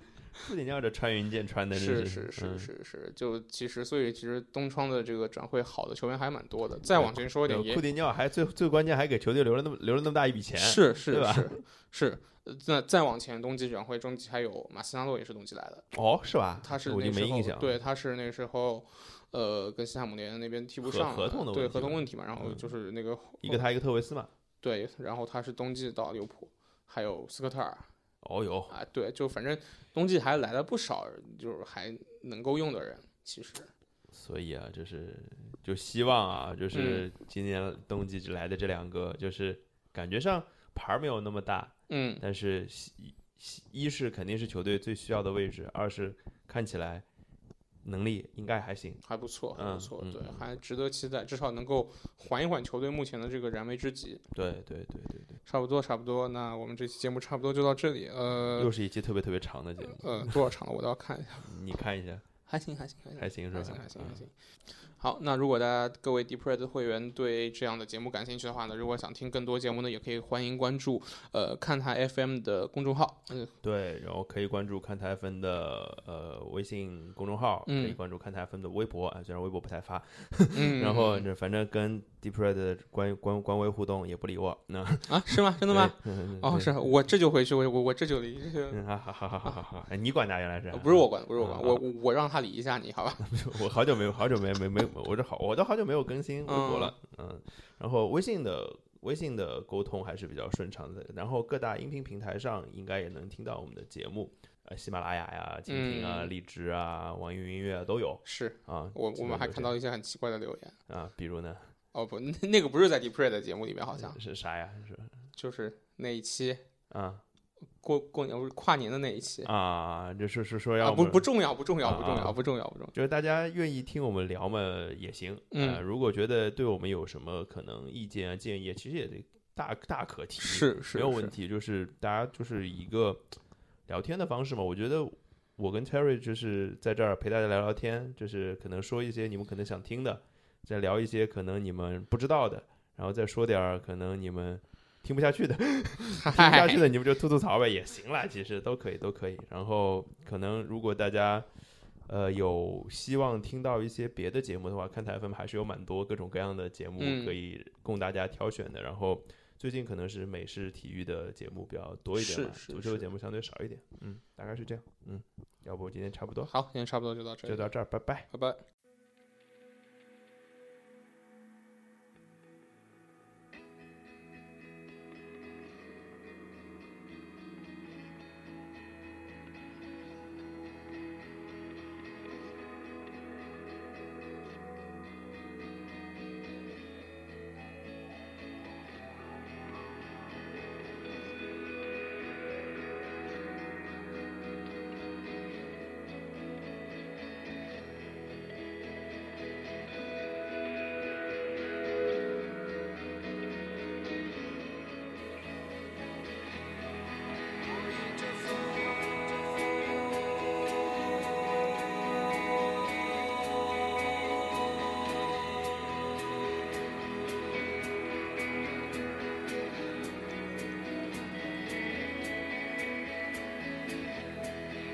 B: 不仅要这穿云箭穿的，
A: 是
B: 真
A: 是是
B: 嗯
A: 是是，就其实所以其实东窗的这个转会好的球员还蛮多的，再往前说一点
B: 对
A: 也
B: 库蒂尼奥还最最关键还给球队留了那么留了那么大一笔钱，
A: 是
B: 对
A: 是
B: 吧
A: 是是，呃那再往前冬季转会，中期还有马西纳洛也是冬季来的。
B: 哦，是吧？
A: 他是
B: 我
A: 那
B: 就
A: 时
B: 没
A: 候
B: 印象，，
A: 对，他是那时候，呃，跟西汉姆联那边踢不
B: 合
A: 上
B: 合
A: 了
B: 同的
A: 对
B: 问题
A: 合同
B: 吧
A: 问题嘛，然后
B: 嗯
A: 就是那个
B: 一个
A: 后
B: 他一个特维斯嘛。
A: 对，然后他是冬季到利物浦，还有斯科特尔
B: 哦哟，
A: 啊，对，就反正冬季还来了不少，就是还能够用的人，其实
B: 所以啊，就是就希望啊，就是
A: 嗯
B: 今年冬季来的这两个，就是感觉上牌儿没有那么大，
A: 嗯，
B: 但是西西一是肯定是球队最需要的位置，二是看起来能力应该还行。
A: 还不错，还
B: 嗯
A: 不错，
B: 嗯
A: 对
B: 嗯，
A: 还值得期待，至少能够缓一缓球队目前的这个燃眉之急。
B: 对对对对对，
A: 差不多，差不多。那我们这期节目差不多就到这里。呃
B: 又，是一期特别特别长的节目，
A: 呃，多少场了？我倒要看一下。
B: 你看一下，
A: 还行，还行，还行，
B: 还行是
A: 还
B: 吧？
A: 行，还行，还
B: 嗯
A: 行。好，那如果大家各位 Deep Red 的会员对这样的节目感兴趣的话呢，如果想听更多节目呢，也可以欢迎关注呃看台 FM 的公众号。嗯、
B: 对，然后可以关注看台分的呃微信公众号，可以
A: 嗯
B: 关注看台分的微博啊，虽然微博不太发，
A: 嗯，
B: 然后这反正跟 Deep Red 的官官官微互动也不理我，那
A: 啊，是吗？真的吗？？
B: 嗯对嗯
A: 哦，
B: 对
A: 是我这就回去，我我我这就离，这就
B: 嗯，好好好好好好，哎你管他原来是
A: 呃？不是我管，不是我管，
B: 啊
A: 我我我让他理一下你，好 吧？
B: 我好久没有，好久没没没，我这好，我都好久没有更新微博了，嗯，然后微信的微信的沟通还是比较顺畅的，然后各大音频平台上应该也能听到我们的节目，呃，喜马拉雅呀、蜻蜓啊、
A: 嗯
B: 荔枝啊、网易云音乐啊都有
A: 是
B: 啊。
A: 我
B: 基
A: 我
B: 本
A: 们还
B: 都
A: 看
B: 这
A: 到一些很奇怪的留言。
B: 样啊，比如呢
A: 哦不，那那个不是在 Deep Red 的节目里边，好像
B: 是啥呀？是
A: 就是那一期
B: 啊
A: 过过年不是跨年的那一期
B: 啊，就是是说
A: 啊，
B: 要
A: 不
B: 我们
A: 不重要，不重要，
B: 啊
A: 不重
B: 啊
A: 要，不重要，不重要。
B: 就是大家愿意听我们聊嘛也行，
A: 嗯
B: 呃，如果觉得对我们有什么可能意见啊建议啊，其实也得大大可提，
A: 是是
B: 没有问
A: 是
B: 题，就是大家就是一个聊天的方式嘛，我觉得。我跟 Terry 就是在这儿陪大家聊聊天，就是可能说一些你们可能想听的，再聊一些可能你们不知道的，然后再说点儿可能你们听不下去的，听不下
A: 嗨，
B: 去的你们就吐吐槽呗，也行啦，其实都可以，都可以。然后可能如果大家呃有希望听到一些别的节目的话，看台 FM 还是有蛮多各种各样的节目
A: 嗯
B: 可以供大家挑选的。然后最近可能是美式体育的节目比较多一点吧，
A: 是是
B: 足
A: 是
B: 球的节目相对少一点。嗯，大概是这样。嗯，要不今天差不 多，
A: 好，今天差不多就到这
B: 就
A: 里，
B: 到这儿，拜拜。
A: 拜拜。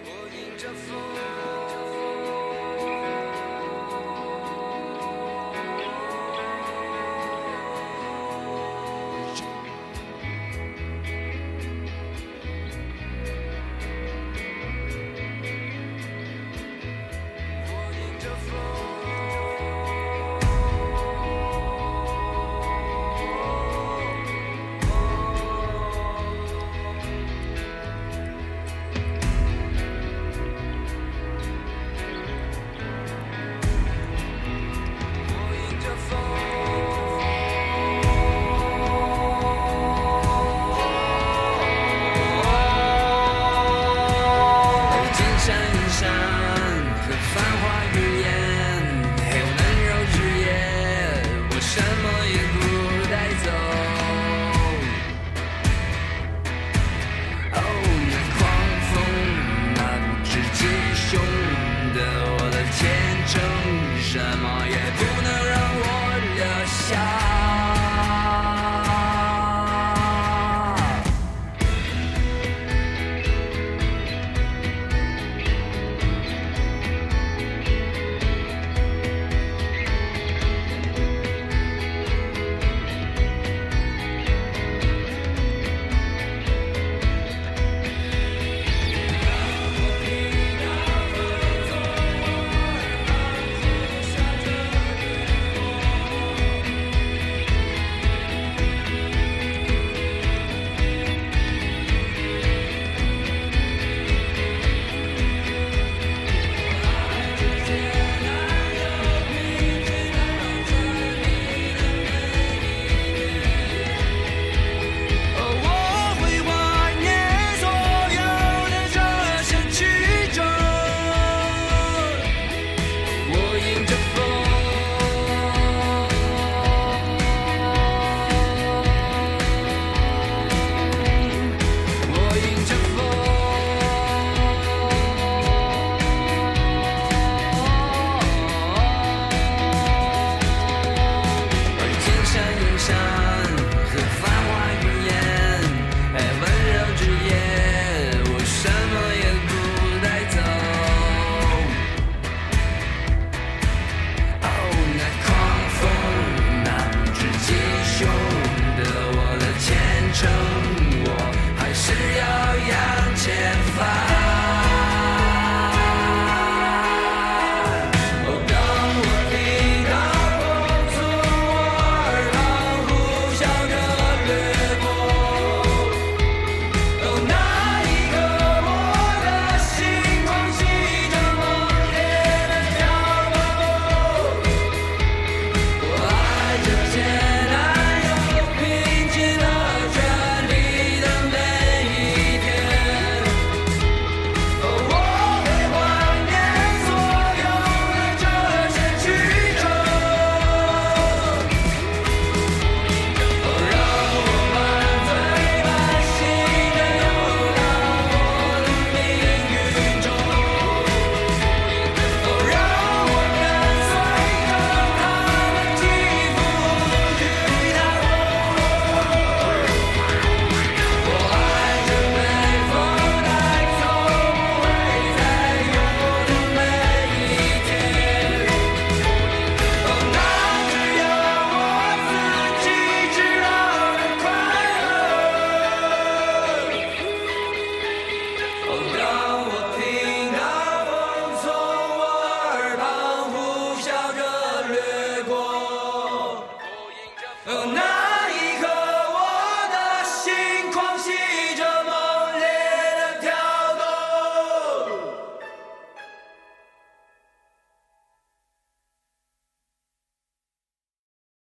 C: 我迎着风，我迎着风。我迎着风，金山银山和繁华云烟，还有温柔日夜，我什么也不带走。哦，那狂风，那不知其凶的我的天真，什么也 Oh, 哦